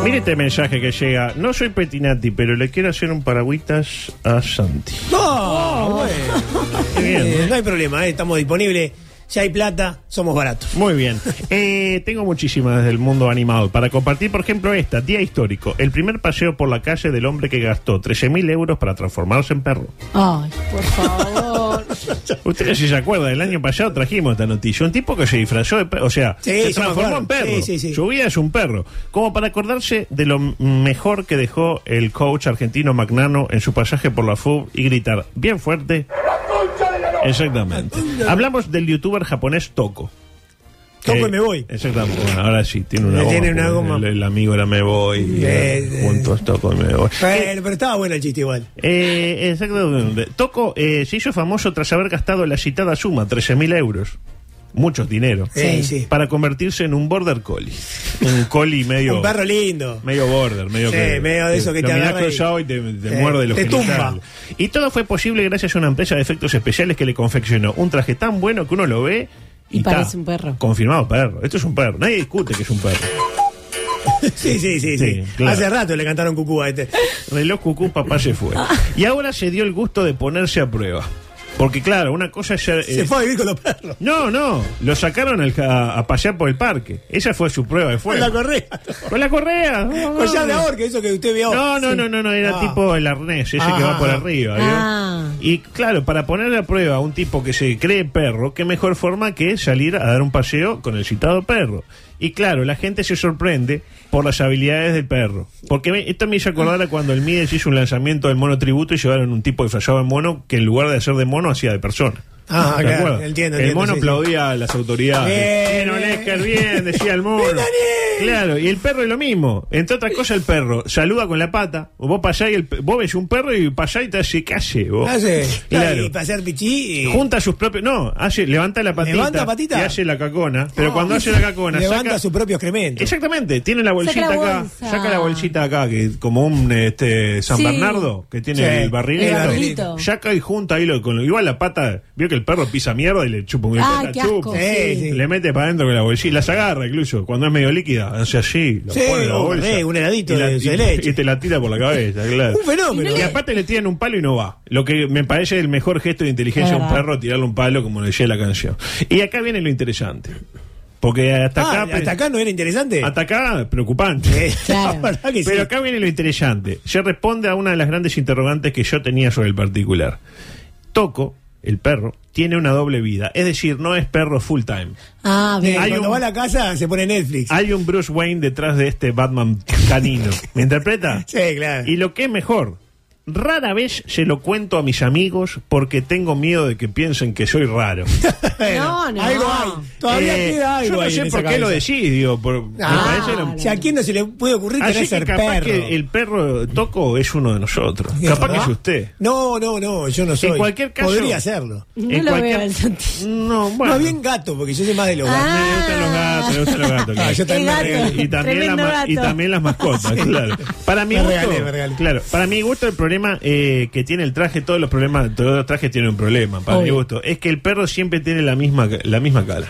[SPEAKER 3] Mire este mensaje que llega. No soy Petinati, pero le quiero hacer un paragüitas a Santi.
[SPEAKER 5] No, bueno.
[SPEAKER 3] Oh. bien,
[SPEAKER 5] Eh, no hay problema, eh, estamos disponibles. Si hay plata, somos baratos.
[SPEAKER 3] Muy bien. Eh, tengo muchísimas del mundo animado. Para compartir, por ejemplo, esta, Día Histórico. El primer paseo por la calle del hombre que gastó 13.000 euros para transformarse en perro.
[SPEAKER 4] Ay, por favor.
[SPEAKER 3] Ustedes si se acuerdan, el año pasado trajimos esta noticia. Un tipo que se disfrazó de perro, o sea,
[SPEAKER 5] Sí,
[SPEAKER 3] se
[SPEAKER 5] sí me
[SPEAKER 3] transformó
[SPEAKER 5] acuerdo.
[SPEAKER 3] en perro.
[SPEAKER 5] Sí, sí, sí.
[SPEAKER 3] Su vida es un perro. Como para acordarse de lo mejor que dejó el coach argentino Magnano en su pasaje por la FUB y gritar bien fuerte. Exactamente. Hablamos del youtuber japonés Toco.
[SPEAKER 5] Toco
[SPEAKER 3] Eh,
[SPEAKER 5] y pues me voy.
[SPEAKER 3] Exactamente. Bueno, ahora sí, tiene una goma.
[SPEAKER 5] Tiene una
[SPEAKER 3] porque
[SPEAKER 5] goma.
[SPEAKER 3] El, el amigo era me voy. y
[SPEAKER 5] Eh,
[SPEAKER 3] era juntos Toco y me voy.
[SPEAKER 5] Bueno, pero estaba bueno el chiste igual.
[SPEAKER 3] Eh, exactamente. Toco eh, se hizo famoso tras haber gastado la citada suma, 13.000 euros. Muchos dinero.
[SPEAKER 5] Sí, sí.
[SPEAKER 3] Para convertirse en un border collie. Un collie medio.
[SPEAKER 5] Un perro lindo.
[SPEAKER 3] Medio border, medio
[SPEAKER 5] Sí,
[SPEAKER 3] que.
[SPEAKER 5] medio de eso que
[SPEAKER 3] lo
[SPEAKER 5] te
[SPEAKER 3] mirás
[SPEAKER 5] agarra y-
[SPEAKER 3] cruzado y te, te
[SPEAKER 5] Sí,
[SPEAKER 3] muerde los
[SPEAKER 5] te tumba.
[SPEAKER 3] genitales. Y todo fue posible gracias a una empresa de efectos especiales que le confeccionó un traje tan bueno que uno lo ve y,
[SPEAKER 4] Y
[SPEAKER 3] está.
[SPEAKER 4] parece un perro.
[SPEAKER 3] Confirmado perro. Esto es un perro. Nadie discute que es un perro.
[SPEAKER 5] Sí, sí, sí, sí.
[SPEAKER 3] Sí, claro.
[SPEAKER 5] Hace rato le cantaron cucú a este.
[SPEAKER 3] Reloj cucú, papá se fue.
[SPEAKER 5] Ah.
[SPEAKER 3] Y ahora se dio el gusto de ponerse a prueba. Porque claro, una cosa es... ser-
[SPEAKER 5] Se
[SPEAKER 3] eh,
[SPEAKER 5] fue a vivir con los perros.
[SPEAKER 3] no, no, lo sacaron al- a, a pasear por el parque. Esa fue su prueba de
[SPEAKER 5] Con
[SPEAKER 3] fuego.
[SPEAKER 5] la correa.
[SPEAKER 3] Con la correa. No,
[SPEAKER 5] Collar de
[SPEAKER 3] no.
[SPEAKER 5] ahorca, eso que usted vio.
[SPEAKER 3] No, no, no, no, no, era
[SPEAKER 5] Ah.
[SPEAKER 3] tipo el arnés, ese que va
[SPEAKER 5] Ah.
[SPEAKER 3] por arriba. ¿vio?
[SPEAKER 4] Ah.
[SPEAKER 3] Y claro, para poner a prueba a un tipo que se cree perro, qué mejor forma que salir a dar un paseo con el citado perro. Y claro, la gente se sorprende por las habilidades del perro. Porque me- esto me hizo acordar a cuando el Mides hizo un lanzamiento del mono tributo y llevaron un tipo disfrazado de mono que en lugar de hacer de mono hacía de persona.
[SPEAKER 5] Ah,
[SPEAKER 3] ¿Te
[SPEAKER 5] claro,
[SPEAKER 3] acuerdas?
[SPEAKER 5] entiendo,
[SPEAKER 3] El
[SPEAKER 5] entiendo,
[SPEAKER 3] mono
[SPEAKER 5] sí, sí.
[SPEAKER 3] aplaudía a las autoridades.
[SPEAKER 5] Bien,
[SPEAKER 3] Bien,
[SPEAKER 5] bien.
[SPEAKER 3] Olesker, bien, decía el mono. Claro, y el perro es lo mismo. Entre otras cosas, el perro saluda con la pata. O Vos pasás y el, pe- vos ves un perro y pasás y te hace calle. Vos.
[SPEAKER 5] Hace,
[SPEAKER 3] Claro.
[SPEAKER 5] Y para hacer pichí. y-
[SPEAKER 3] Junta sus propios. No, hace, levanta la patita.
[SPEAKER 5] Levanta patita. Ah,
[SPEAKER 3] Y hace la cacona. Pero cuando hace la cacona.
[SPEAKER 5] Levanta
[SPEAKER 3] saca-
[SPEAKER 5] su propio excremento.
[SPEAKER 3] Exactamente, tiene la bolsita
[SPEAKER 4] la
[SPEAKER 3] acá.
[SPEAKER 4] bolsa.
[SPEAKER 3] Saca la bolsita acá, que como un este, San
[SPEAKER 4] Sí.
[SPEAKER 3] Bernardo, que tiene
[SPEAKER 5] Sí,
[SPEAKER 3] el barrilito.
[SPEAKER 4] el barrilito.
[SPEAKER 3] Saca y junta ahí. Lo, con lo- igual la pata. Vio que el perro pisa mierda y le chupa un
[SPEAKER 4] Ay,
[SPEAKER 3] la
[SPEAKER 4] qué
[SPEAKER 3] chupa.
[SPEAKER 4] asco,
[SPEAKER 5] Sí, sí.
[SPEAKER 3] Le mete para adentro con la bolsilla, las agarra incluso, cuando es medio líquida, hace así, lo
[SPEAKER 5] Sí,
[SPEAKER 3] pone en la
[SPEAKER 5] un
[SPEAKER 3] bolsa.
[SPEAKER 5] re, un heladito
[SPEAKER 3] y la-
[SPEAKER 5] de dulce de
[SPEAKER 3] y-
[SPEAKER 5] leche.
[SPEAKER 3] y te la tira por la cabeza, claro.
[SPEAKER 5] Un fenómeno.
[SPEAKER 3] Y aparte le tiran un palo y no va. Lo que me parece el mejor gesto de inteligencia a un
[SPEAKER 4] Es verdad.
[SPEAKER 3] perro, tirarle un palo, como le decía la canción. Y acá viene lo interesante. Porque hasta
[SPEAKER 5] Ah,
[SPEAKER 3] acá. pues,
[SPEAKER 5] hasta acá no era interesante.
[SPEAKER 3] Hasta acá, preocupante.
[SPEAKER 5] Eh,
[SPEAKER 4] Claro.
[SPEAKER 5] la verdad que sí.
[SPEAKER 3] Pero acá viene lo interesante. Se responde a una de las grandes interrogantes que yo tenía sobre el particular. Toco, el perro, tiene una doble vida. Es decir, no es perro full time.
[SPEAKER 4] Ah,
[SPEAKER 5] Eh,
[SPEAKER 4] bien.
[SPEAKER 3] hay
[SPEAKER 5] cuando
[SPEAKER 3] un-
[SPEAKER 5] va a la casa se pone Netflix.
[SPEAKER 3] Hay un Bruce Wayne detrás de este Batman canino. ¿Me interpreta?
[SPEAKER 5] Sí, claro.
[SPEAKER 3] Y lo que es mejor, rara vez se lo cuento a mis amigos porque tengo miedo de que piensen que soy raro.
[SPEAKER 5] Bueno,
[SPEAKER 4] No, no.
[SPEAKER 5] Algo hay. Todavía
[SPEAKER 3] Eh,
[SPEAKER 5] queda algo
[SPEAKER 3] yo no
[SPEAKER 5] ahí
[SPEAKER 3] sé
[SPEAKER 5] en
[SPEAKER 3] por
[SPEAKER 5] esa
[SPEAKER 3] qué lo
[SPEAKER 5] cabeza.
[SPEAKER 3] decís, digo, por- me
[SPEAKER 5] Ah,
[SPEAKER 3] parece lo-
[SPEAKER 5] si a quién no se le puede ocurrir
[SPEAKER 3] Así
[SPEAKER 5] querer
[SPEAKER 3] que
[SPEAKER 5] ser
[SPEAKER 3] capaz
[SPEAKER 5] perro.
[SPEAKER 3] que el perro Toco es uno de nosotros.
[SPEAKER 5] ¿Es
[SPEAKER 3] Capaz que
[SPEAKER 5] verdad?
[SPEAKER 3] es usted.
[SPEAKER 5] No, no, no, yo no soy.
[SPEAKER 3] cualquier caso-
[SPEAKER 5] Podría serlo.
[SPEAKER 4] No
[SPEAKER 3] en
[SPEAKER 4] lo
[SPEAKER 3] cualquier-
[SPEAKER 4] veo al Santi.
[SPEAKER 3] No,
[SPEAKER 5] No,
[SPEAKER 3] bueno.
[SPEAKER 5] bien gato, porque yo soy más de los
[SPEAKER 4] Ah.
[SPEAKER 5] gatos.
[SPEAKER 3] Me gustan los gatos, me gustan los gatos. claro.
[SPEAKER 5] Ah, yo también
[SPEAKER 4] Qué
[SPEAKER 5] me
[SPEAKER 4] gato.
[SPEAKER 5] regalé.
[SPEAKER 3] eh, y también, la
[SPEAKER 4] Tremendo
[SPEAKER 3] ma- y
[SPEAKER 4] gato.
[SPEAKER 3] también las mascotas, claro. Para mi
[SPEAKER 5] Me
[SPEAKER 3] gusto,
[SPEAKER 5] regalé, me regalé.
[SPEAKER 3] claro, para mi gusto el problema eh, que tiene el traje, todos los problemas, todos los trajes tienen un problema, para mi
[SPEAKER 4] Obvio.
[SPEAKER 3] gusto, es que el perro siempre tiene la misma ca- la misma cara.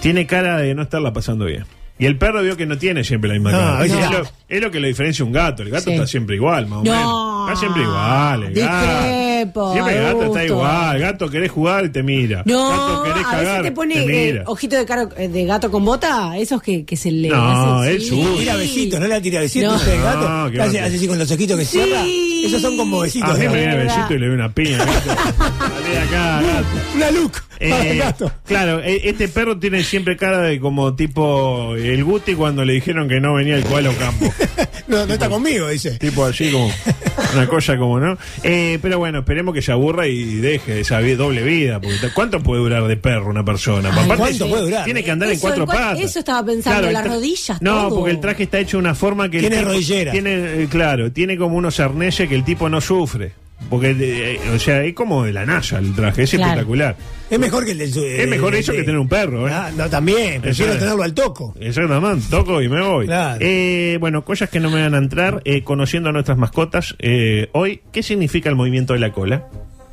[SPEAKER 3] Tiene cara de no estarla pasando bien. Y el perro vio que no tiene siempre la misma
[SPEAKER 5] No,
[SPEAKER 3] cara.
[SPEAKER 5] a veces
[SPEAKER 3] Es,
[SPEAKER 5] no.
[SPEAKER 3] lo, es lo que lo diferencia un gato. El gato
[SPEAKER 4] Sí.
[SPEAKER 3] está siempre igual, más o
[SPEAKER 4] No.
[SPEAKER 3] menos. Está siempre igual. El gato.
[SPEAKER 4] Discrepo,
[SPEAKER 3] Siempre el gato está
[SPEAKER 4] adulto.
[SPEAKER 3] igual. El gato querés jugar y te mira.
[SPEAKER 4] No,
[SPEAKER 3] gato querés
[SPEAKER 4] a
[SPEAKER 3] cagar,
[SPEAKER 4] veces te pone eh,
[SPEAKER 3] mira.
[SPEAKER 4] ojito de, caro- eh, de gato con bota, esos que, que se le
[SPEAKER 3] No,
[SPEAKER 4] hacen,
[SPEAKER 3] es suyo.
[SPEAKER 5] Tira besitos, no le tira besitos
[SPEAKER 4] No.
[SPEAKER 5] ese
[SPEAKER 3] No,
[SPEAKER 5] gato.
[SPEAKER 3] Ah, qué Ah,
[SPEAKER 5] hace,
[SPEAKER 3] gato.
[SPEAKER 5] hace así con los ojitos que cierra.
[SPEAKER 4] Sí.
[SPEAKER 5] Esos son como besitos.
[SPEAKER 3] A mí
[SPEAKER 5] ¿no?
[SPEAKER 3] me viene besito y le doy una piña. gato. Salí de acá, gato.
[SPEAKER 5] Una look.
[SPEAKER 3] Eh,
[SPEAKER 5] gato.
[SPEAKER 3] claro, e- este perro tiene siempre cara de como tipo el Guti cuando le dijeron que no venía el Cualo Campo.
[SPEAKER 5] No, no
[SPEAKER 3] Eh.
[SPEAKER 5] está conmigo, dice.
[SPEAKER 3] Tipo así como una cosa como, ¿no? Eh, pero bueno, esperemos que se aburra y deje esa vi- doble vida. Porque ta- ¿Cuánto puede durar de perro una persona?
[SPEAKER 5] Ay,
[SPEAKER 3] Aparte,
[SPEAKER 5] ¿cuánto puede durar?
[SPEAKER 3] Tiene que andar en
[SPEAKER 4] Eso,
[SPEAKER 3] cuatro
[SPEAKER 4] el cual-
[SPEAKER 3] patas.
[SPEAKER 4] eso estaba pensando,
[SPEAKER 3] el
[SPEAKER 4] las
[SPEAKER 3] tra-
[SPEAKER 4] rodillas,
[SPEAKER 3] No,
[SPEAKER 4] todo.
[SPEAKER 3] porque el traje está hecho de una forma que. el
[SPEAKER 5] Tiene
[SPEAKER 3] tipo-
[SPEAKER 5] rodillera.
[SPEAKER 3] Tiene, eh, claro, tiene como unos arneses que el tipo no sufre. Porque, eh, eh, o sea, es como de la NASA el traje, es
[SPEAKER 5] Claro.
[SPEAKER 3] espectacular.
[SPEAKER 5] Es mejor que el del
[SPEAKER 3] Es mejor eso que tener un perro, ¿eh?
[SPEAKER 5] no, también. Prefiero
[SPEAKER 3] Eso es.
[SPEAKER 5] tenerlo al toco.
[SPEAKER 3] Exactamente, toco y me voy.
[SPEAKER 5] Claro.
[SPEAKER 3] Eh, bueno, cosas que no me van a entrar, eh, conociendo a nuestras mascotas, eh, hoy, ¿qué significa el movimiento de la cola?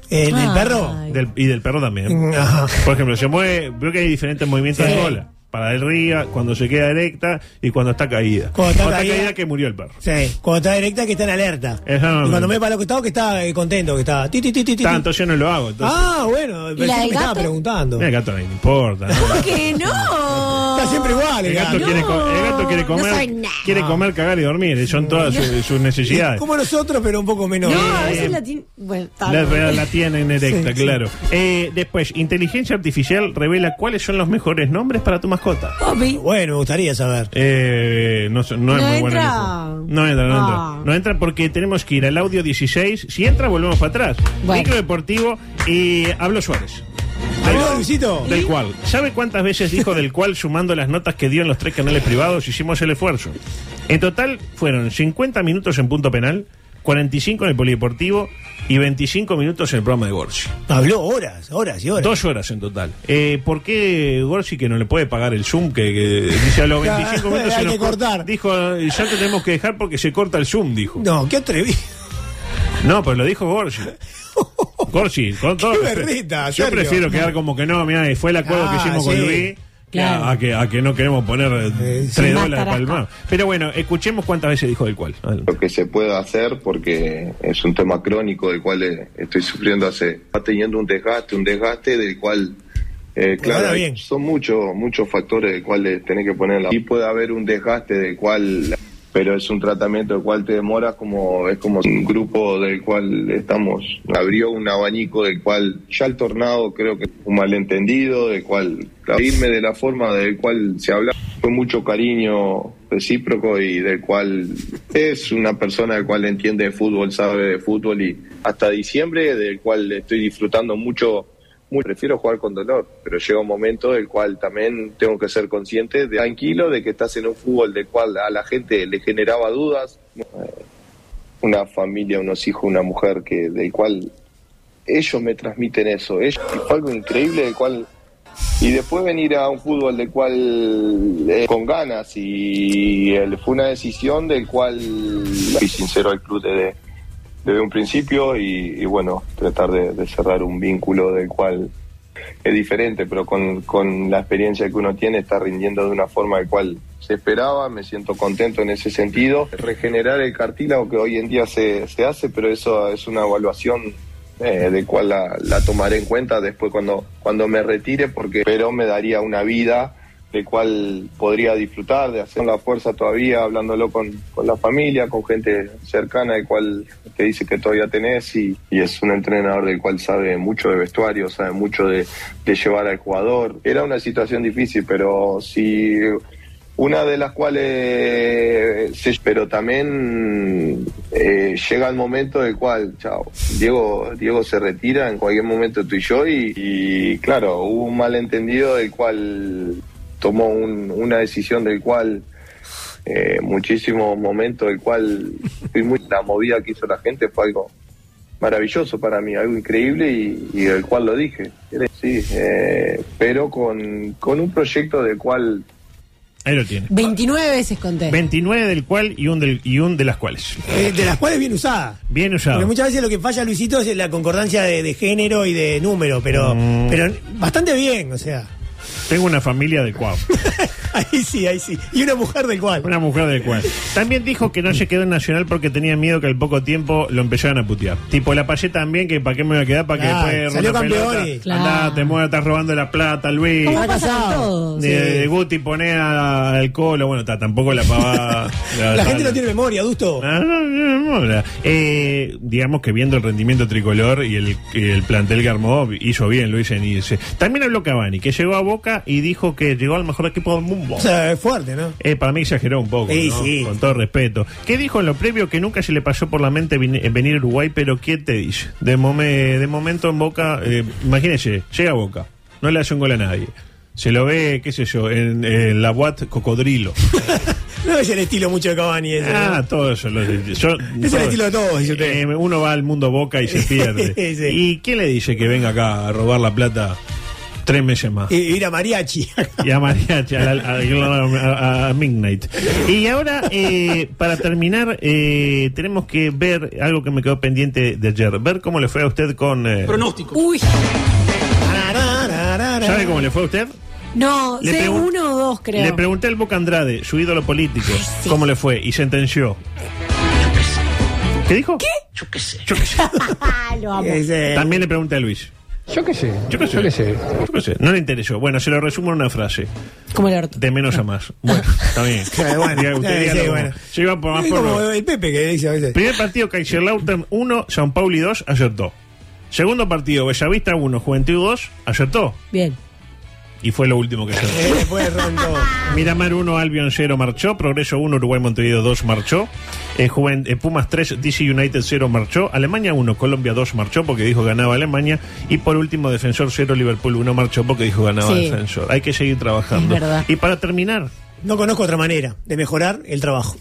[SPEAKER 5] ¿El del perro? Mm,
[SPEAKER 3] Del- y del perro también.
[SPEAKER 5] Ajá.
[SPEAKER 3] Por ejemplo, se mueve, veo que hay diferentes movimientos
[SPEAKER 5] Sí.
[SPEAKER 3] de cola. Para arriba, cuando se queda erecta y cuando está caída.
[SPEAKER 5] Cuando está caída-
[SPEAKER 3] que murió el perro.
[SPEAKER 5] Sí, cuando está directa que está en alerta.
[SPEAKER 3] Exactamente.
[SPEAKER 5] Y cuando me para los costados que está eh, contento, que está. Ti, ti, ti, ti, ti.
[SPEAKER 3] Tanto yo no lo hago. Entonces,
[SPEAKER 5] Ah, bueno,
[SPEAKER 4] ¿Y
[SPEAKER 5] pensé
[SPEAKER 4] la
[SPEAKER 5] que
[SPEAKER 4] del
[SPEAKER 5] me estaba
[SPEAKER 4] gato?
[SPEAKER 5] preguntando.
[SPEAKER 3] Mira, el gato no le importa. ¿no?
[SPEAKER 4] ¿Por qué no?
[SPEAKER 5] Está siempre igual el
[SPEAKER 3] El gato,
[SPEAKER 5] gato.
[SPEAKER 3] quiere, co- el gato quiere comer,
[SPEAKER 4] no soy nada.
[SPEAKER 3] quiere comer, cagar y dormir. Son todas su- sus necesidades.
[SPEAKER 5] Como nosotros, pero un poco menos.
[SPEAKER 4] No, a
[SPEAKER 3] Eh,
[SPEAKER 4] veces la tiene. Bueno, está
[SPEAKER 3] La,
[SPEAKER 4] bien.
[SPEAKER 3] la tienen erecta,
[SPEAKER 5] Sí, sí.
[SPEAKER 3] claro. Eh, después, inteligencia artificial revela cuáles son los mejores nombres para tu mascota.
[SPEAKER 4] Popi.
[SPEAKER 5] Bueno, me gustaría saber.
[SPEAKER 3] Eh, no, sé, no es
[SPEAKER 4] No
[SPEAKER 3] muy bueno.
[SPEAKER 4] entra.
[SPEAKER 3] eso. No entra, no entra.
[SPEAKER 4] Ah.
[SPEAKER 3] No entra porque tenemos que ir al audio 16. Si entra, volvemos para atrás.
[SPEAKER 4] Bueno.
[SPEAKER 3] Micro deportivo y habló Suárez.
[SPEAKER 5] ¿Habló, Luisito?
[SPEAKER 3] Del cual. ¿Sabe cuántas veces dijo del cual sumando las notas que dio en los tres canales privados hicimos el esfuerzo? En total fueron 50 minutos en punto penal, 45 en el polideportivo y 25 minutos en el programa de Gorsi.
[SPEAKER 5] Habló horas, horas y horas.
[SPEAKER 3] Dos horas en total. Eh, ¿Por qué Gorsi que no le puede pagar el Zoom? Que, que dice a los 25 minutos.
[SPEAKER 5] Hay
[SPEAKER 3] se nos
[SPEAKER 5] que
[SPEAKER 3] cor-
[SPEAKER 5] cortar.
[SPEAKER 3] Dijo, eh, ya te tenemos que dejar porque se corta el Zoom, dijo.
[SPEAKER 5] No, qué atrevido.
[SPEAKER 3] No, pero lo dijo Gorsi. Gorsi, con todo.
[SPEAKER 5] Qué
[SPEAKER 3] respeto.
[SPEAKER 5] berrita,
[SPEAKER 3] Yo
[SPEAKER 5] Sergio.
[SPEAKER 3] prefiero quedar como que no, mira, fue el acuerdo
[SPEAKER 5] Ah,
[SPEAKER 3] que hicimos con
[SPEAKER 5] sí.
[SPEAKER 3] Luis.
[SPEAKER 4] Claro.
[SPEAKER 3] A, que, a que no queremos poner
[SPEAKER 5] Eh,
[SPEAKER 3] 3
[SPEAKER 5] sí.
[SPEAKER 3] dólares
[SPEAKER 4] Más
[SPEAKER 3] para
[SPEAKER 4] tarasca.
[SPEAKER 3] el mar. Pero bueno, escuchemos cuántas veces dijo el cual. Adelante.
[SPEAKER 8] Lo que se pueda hacer, porque es un tema crónico del cual eh, estoy sufriendo hace. Está teniendo un desgaste, un desgaste del cual. eh, claro,
[SPEAKER 5] ahora
[SPEAKER 8] hay-
[SPEAKER 5] bien.
[SPEAKER 8] son muchos muchos factores del cual eh, tenés que poner la. Y puede haber un desgaste del cual. Pero es un tratamiento del cual te demoras, como es como un grupo del cual estamos. Abrió un abanico del cual ya el tornado creo que es un malentendido, del cual. claro, Irme de la forma del cual se habla fue mucho cariño recíproco y del cual es una persona del cual entiende de fútbol, sabe de fútbol y hasta diciembre del cual estoy disfrutando mucho. Muy, prefiero jugar con dolor, pero llega un momento del cual también tengo que ser consciente, de, tranquilo, de que estás en un fútbol del cual a la gente le generaba dudas. Eh, Una familia, unos hijos, una mujer que del cual ellos me transmiten eso. Ellos, fue algo increíble del cual y después venir a un fútbol del cual eh, con ganas y el- fue una decisión del cual fui sincero al club desde, desde un principio y, y bueno, tratar de, de cerrar un vínculo del cual es diferente, pero con, con la experiencia que uno tiene está rindiendo de una forma del cual se esperaba, me siento contento en ese sentido. Regenerar el cartílago que hoy en día se, se hace, pero eso es una evaluación eh, de cual la, la tomaré en cuenta después cuando, cuando me retire, porque pero me daría una vida de cual podría disfrutar, de hacer la fuerza todavía, hablándolo con, con la familia, con gente cercana, de cual te dice que todavía tenés, y, y es un entrenador del cual sabe mucho de vestuario, sabe mucho de, de llevar al jugador. Era una situación difícil, pero si una de las cuales se- pero también eh, llega el momento del cual chao Diego Diego se retira en cualquier momento tú y yo y, y, claro hubo un malentendido del cual tomó un- una decisión del cual eh, muchísimos momentos del cual fui muy la movida que hizo la gente fue algo maravilloso para mí, algo increíble y, y del cual lo dije. Sí, eh, pero con, con un proyecto del cual
[SPEAKER 3] Ahí lo tiene.
[SPEAKER 4] 29 veces conté.
[SPEAKER 3] 29 del cual y un, del, y un de las cuales.
[SPEAKER 5] Eh, de las cuales bien usada.
[SPEAKER 3] Bien usado.
[SPEAKER 5] Porque muchas veces lo que falla Luisito es la concordancia de, de género y de número, pero,
[SPEAKER 3] Mm.
[SPEAKER 5] pero bastante bien, o sea.
[SPEAKER 3] Tengo una familia de cuau.
[SPEAKER 5] Ahí sí, ahí sí. Y una mujer del cual.
[SPEAKER 3] Una mujer del cual. También dijo que no se quedó en Nacional porque tenía miedo que al poco tiempo lo empezaran a putear. Tipo la payé también, que para qué me voy a quedar, para que
[SPEAKER 5] Claro,
[SPEAKER 3] después
[SPEAKER 5] salió
[SPEAKER 3] una
[SPEAKER 5] campeón
[SPEAKER 3] pelota.
[SPEAKER 5] y- Claro.
[SPEAKER 3] Andá, te mueves, estás robando la plata, Luis.
[SPEAKER 5] ¿Cómo Está pasa casado. todo?
[SPEAKER 3] De, de Guti pone a- al colo, bueno, ta, tampoco la pavada.
[SPEAKER 5] La gente no tiene memoria, Dusto.
[SPEAKER 3] No, no, no, no, no. Eh, digamos que viendo el rendimiento tricolor y el, y el plantel que armó, hizo bien Luis en irse. También habló Cavani, que llegó a Boca y dijo que llegó al mejor equipo del mundo.
[SPEAKER 5] O sea, es fuerte, ¿no?
[SPEAKER 3] Eh, para mí exageró un poco,
[SPEAKER 5] Sí,
[SPEAKER 3] ¿no?
[SPEAKER 5] sí.
[SPEAKER 3] con todo respeto. ¿Qué dijo en lo previo que nunca se le pasó por la mente vin- eh, venir a Uruguay? Pero ¿qué te dice? De, mome- de momento en Boca, eh, imagínese, llega a Boca, no le hace un gol a nadie. Se lo ve, qué sé yo, en, en la Watt Cocodrilo.
[SPEAKER 5] No es el estilo mucho de Cavani ese. ¿no?
[SPEAKER 3] Ah, todo eso. lo- yo-
[SPEAKER 5] Es el estilo de todos, dice usted.
[SPEAKER 3] Eh, uno va al mundo boca y se pierde.
[SPEAKER 5] Sí.
[SPEAKER 3] ¿Y quién le dice que venga acá a robar la plata tres meses más?
[SPEAKER 5] Y ir a mariachi.
[SPEAKER 3] Y a mariachi, a, la- a- a- a Midnight. Y ahora, eh, para terminar, eh, tenemos que ver algo que me quedó pendiente de ayer. Ver cómo le fue a usted con... eh,
[SPEAKER 2] Pronóstico.
[SPEAKER 4] Uy.
[SPEAKER 3] ¿Sabe cómo le fue a usted?
[SPEAKER 4] No,
[SPEAKER 3] Le
[SPEAKER 4] sé
[SPEAKER 3] pregun-
[SPEAKER 4] uno o dos, creo.
[SPEAKER 3] Le pregunté al Boca Andrade, su ídolo político, cómo le fue y sentenció. ¿Qué dijo? ¿Qué? Yo qué sé.
[SPEAKER 4] Lo amo.
[SPEAKER 3] También le pregunté a Luis.
[SPEAKER 6] Yo qué sé.
[SPEAKER 3] Yo qué sé. Yo qué sé. No le interesó. Bueno, se lo resumo en una frase.
[SPEAKER 4] Como el orto.
[SPEAKER 3] De menos a más. Bueno, está bien.
[SPEAKER 5] Claro, bueno,
[SPEAKER 3] Diga- usted
[SPEAKER 5] eh,
[SPEAKER 3] dígalo
[SPEAKER 5] sí,
[SPEAKER 3] como-
[SPEAKER 5] bueno.
[SPEAKER 3] Yo iba por más
[SPEAKER 5] Es
[SPEAKER 3] por
[SPEAKER 5] como
[SPEAKER 3] lo-
[SPEAKER 5] el Pepe que dice a veces.
[SPEAKER 3] Primer partido, Kaiserlautern 1, San Pauli 2, acertó. Segundo partido, Bellavista 1, Juventud 2, acertó.
[SPEAKER 4] Bien.
[SPEAKER 3] Y fue lo último que acertó.
[SPEAKER 5] Eh, después rondo.
[SPEAKER 3] Miramar 1, Albion 0 marchó, Progreso 1, Uruguay Montevideo 2 marchó, eh, Juven- eh, Pumas 3, DC United 0 marchó, Alemania 1, Colombia 2 marchó porque dijo ganaba Alemania y por último Defensor 0, Liverpool 1 marchó porque dijo ganaba
[SPEAKER 5] Sí.
[SPEAKER 3] Defensor. Hay que seguir trabajando.
[SPEAKER 5] Es verdad.
[SPEAKER 3] Y para terminar,
[SPEAKER 5] No conozco otra manera de mejorar el trabajo.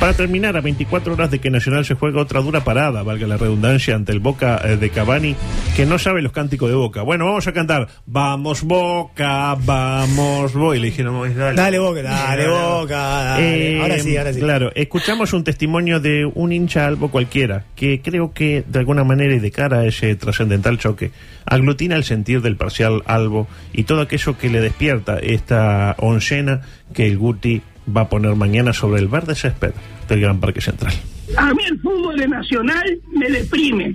[SPEAKER 3] para terminar, a 24 horas de que Nacional se juega otra dura parada, valga la redundancia, ante el Boca eh, de Cavani, que no sabe los cánticos de Boca. Bueno, vamos a cantar, vamos Boca, vamos Boca. Y le dijeron, dale.
[SPEAKER 5] Dale Boca, dale Boca. dale.
[SPEAKER 3] Eh,
[SPEAKER 5] ahora sí, ahora sí.
[SPEAKER 3] Claro, escuchamos un testimonio de un hincha albo cualquiera, que creo que de alguna manera y de cara a ese trascendental choque, aglutina el sentir del parcial albo y todo aquello que le despierta esta oncena que el Guti va a poner mañana sobre el verde césped del Gran Parque Central.
[SPEAKER 2] A mí el fútbol de Nacional me deprime.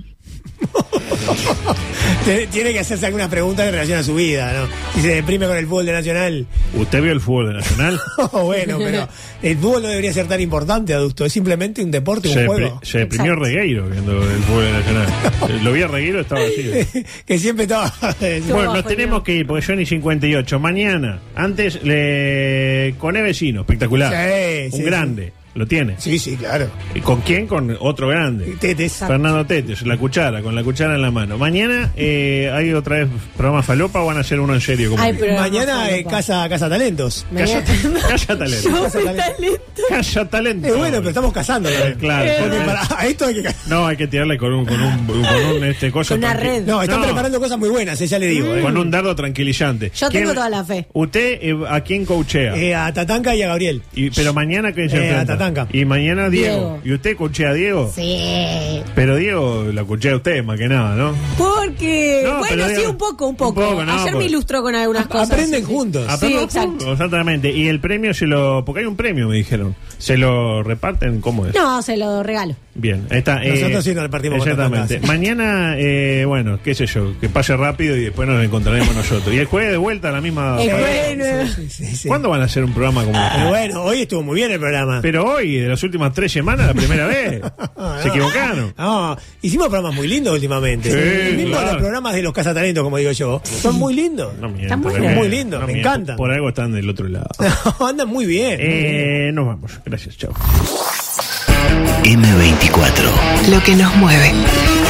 [SPEAKER 5] Te- Tiene que hacerse algunas preguntas en relación a su vida, ¿no? Si se deprime con el fútbol de Nacional. Oh,
[SPEAKER 3] ¿Usted vio el fútbol de Nacional?
[SPEAKER 5] bueno, pero el fútbol no debería ser tan importante, adusto. Es simplemente un deporte, un
[SPEAKER 3] se,
[SPEAKER 5] juego.
[SPEAKER 3] depri- se deprimió Regueiro viendo el fútbol de Nacional. Eh, Lo vi a Regueiro, estaba así.
[SPEAKER 5] que siempre estaba.
[SPEAKER 3] Bueno, nos tenemos que ir porque son y 58. Mañana, antes, le... con E vecino, espectacular.
[SPEAKER 5] Sí,
[SPEAKER 3] Un
[SPEAKER 5] sí,
[SPEAKER 3] grande, lo tiene.
[SPEAKER 5] Sí, sí, claro.
[SPEAKER 3] ¿Y ¿Con quién? Con otro grande.
[SPEAKER 5] Tetes.
[SPEAKER 3] Fernando Tetes, la cuchara, con la cuchara en la mano. Mañana eh, hay otra vez programa Falopa o van a hacer uno en serio. Como que-
[SPEAKER 5] Mañana eh, casa, casa Talentos.
[SPEAKER 3] Casa, Casa talento.
[SPEAKER 5] Casa Talentos.
[SPEAKER 3] Casa talento.
[SPEAKER 5] Es bueno, pero estamos casando.
[SPEAKER 3] Eh, claro.
[SPEAKER 5] Porque para- a esto hay que casar.
[SPEAKER 3] No, hay que tirarle con un, con un, con un, este cosa. tranqui-
[SPEAKER 5] No, están preparando cosas muy buenas, eh, ya le digo. eh.
[SPEAKER 3] Con un dardo tranquilizante.
[SPEAKER 4] Yo
[SPEAKER 3] ¿Quién-
[SPEAKER 4] tengo toda la fe.
[SPEAKER 3] ¿Usted eh, a quién coachea?
[SPEAKER 5] Eh, a Tatanka y a Gabriel.
[SPEAKER 3] Y- pero mañana que se
[SPEAKER 5] Eh,
[SPEAKER 3] enfrenta.
[SPEAKER 5] Atatanca.
[SPEAKER 3] Y mañana Diego.
[SPEAKER 4] Diego.
[SPEAKER 3] ¿Y usted cochea a Diego?
[SPEAKER 4] Sí.
[SPEAKER 3] Pero Diego la cochea a usted más que nada, ¿no?
[SPEAKER 4] Porque,
[SPEAKER 3] No, pero
[SPEAKER 4] bueno, sí,
[SPEAKER 3] diga-
[SPEAKER 4] un poco, un poco.
[SPEAKER 3] un poco, no,
[SPEAKER 4] Ayer
[SPEAKER 3] porque-
[SPEAKER 4] me ilustró con algunas cosas.
[SPEAKER 5] Aprenden juntos.
[SPEAKER 3] Ah,
[SPEAKER 4] Sí,
[SPEAKER 3] pero-
[SPEAKER 4] exacto.
[SPEAKER 3] Exactamente. Y el premio se lo... Porque hay un premio, me dijeron. ¿Se lo reparten? ¿Cómo es?
[SPEAKER 4] No, se lo regalo.
[SPEAKER 3] Bien, ahí está. eh,
[SPEAKER 5] Nosotros sí nos repartimos con
[SPEAKER 3] Exactamente.
[SPEAKER 5] Atatanca, sí.
[SPEAKER 3] Mañana, eh, bueno, qué sé yo, que pase rápido y después nos encontraremos nosotros. Y el jueves de vuelta a la misma...
[SPEAKER 4] El jueves.
[SPEAKER 5] Sí, sí, sí.
[SPEAKER 3] ¿Cuándo van a hacer un programa como este?
[SPEAKER 5] Pero bueno, hoy estuvo muy bien el programa.
[SPEAKER 3] Pero hoy, de las últimas tres semanas, la primera vez.
[SPEAKER 5] Ah,
[SPEAKER 3] Se equivocaron.
[SPEAKER 5] No, hicimos programas muy lindos últimamente.
[SPEAKER 3] Sí,
[SPEAKER 5] Mismo
[SPEAKER 3] claro.
[SPEAKER 5] los programas de los cazatalentos, como digo yo, son muy lindos.
[SPEAKER 3] No miento,
[SPEAKER 5] Están muy
[SPEAKER 3] tremendo.
[SPEAKER 5] muy lindos,
[SPEAKER 3] No
[SPEAKER 5] me
[SPEAKER 3] miento.
[SPEAKER 5] encantan.
[SPEAKER 3] Por algo están del otro lado.
[SPEAKER 5] Andan muy bien.
[SPEAKER 3] Eh, nos vamos. Gracias, chao.
[SPEAKER 1] M24.
[SPEAKER 7] Lo que nos mueve.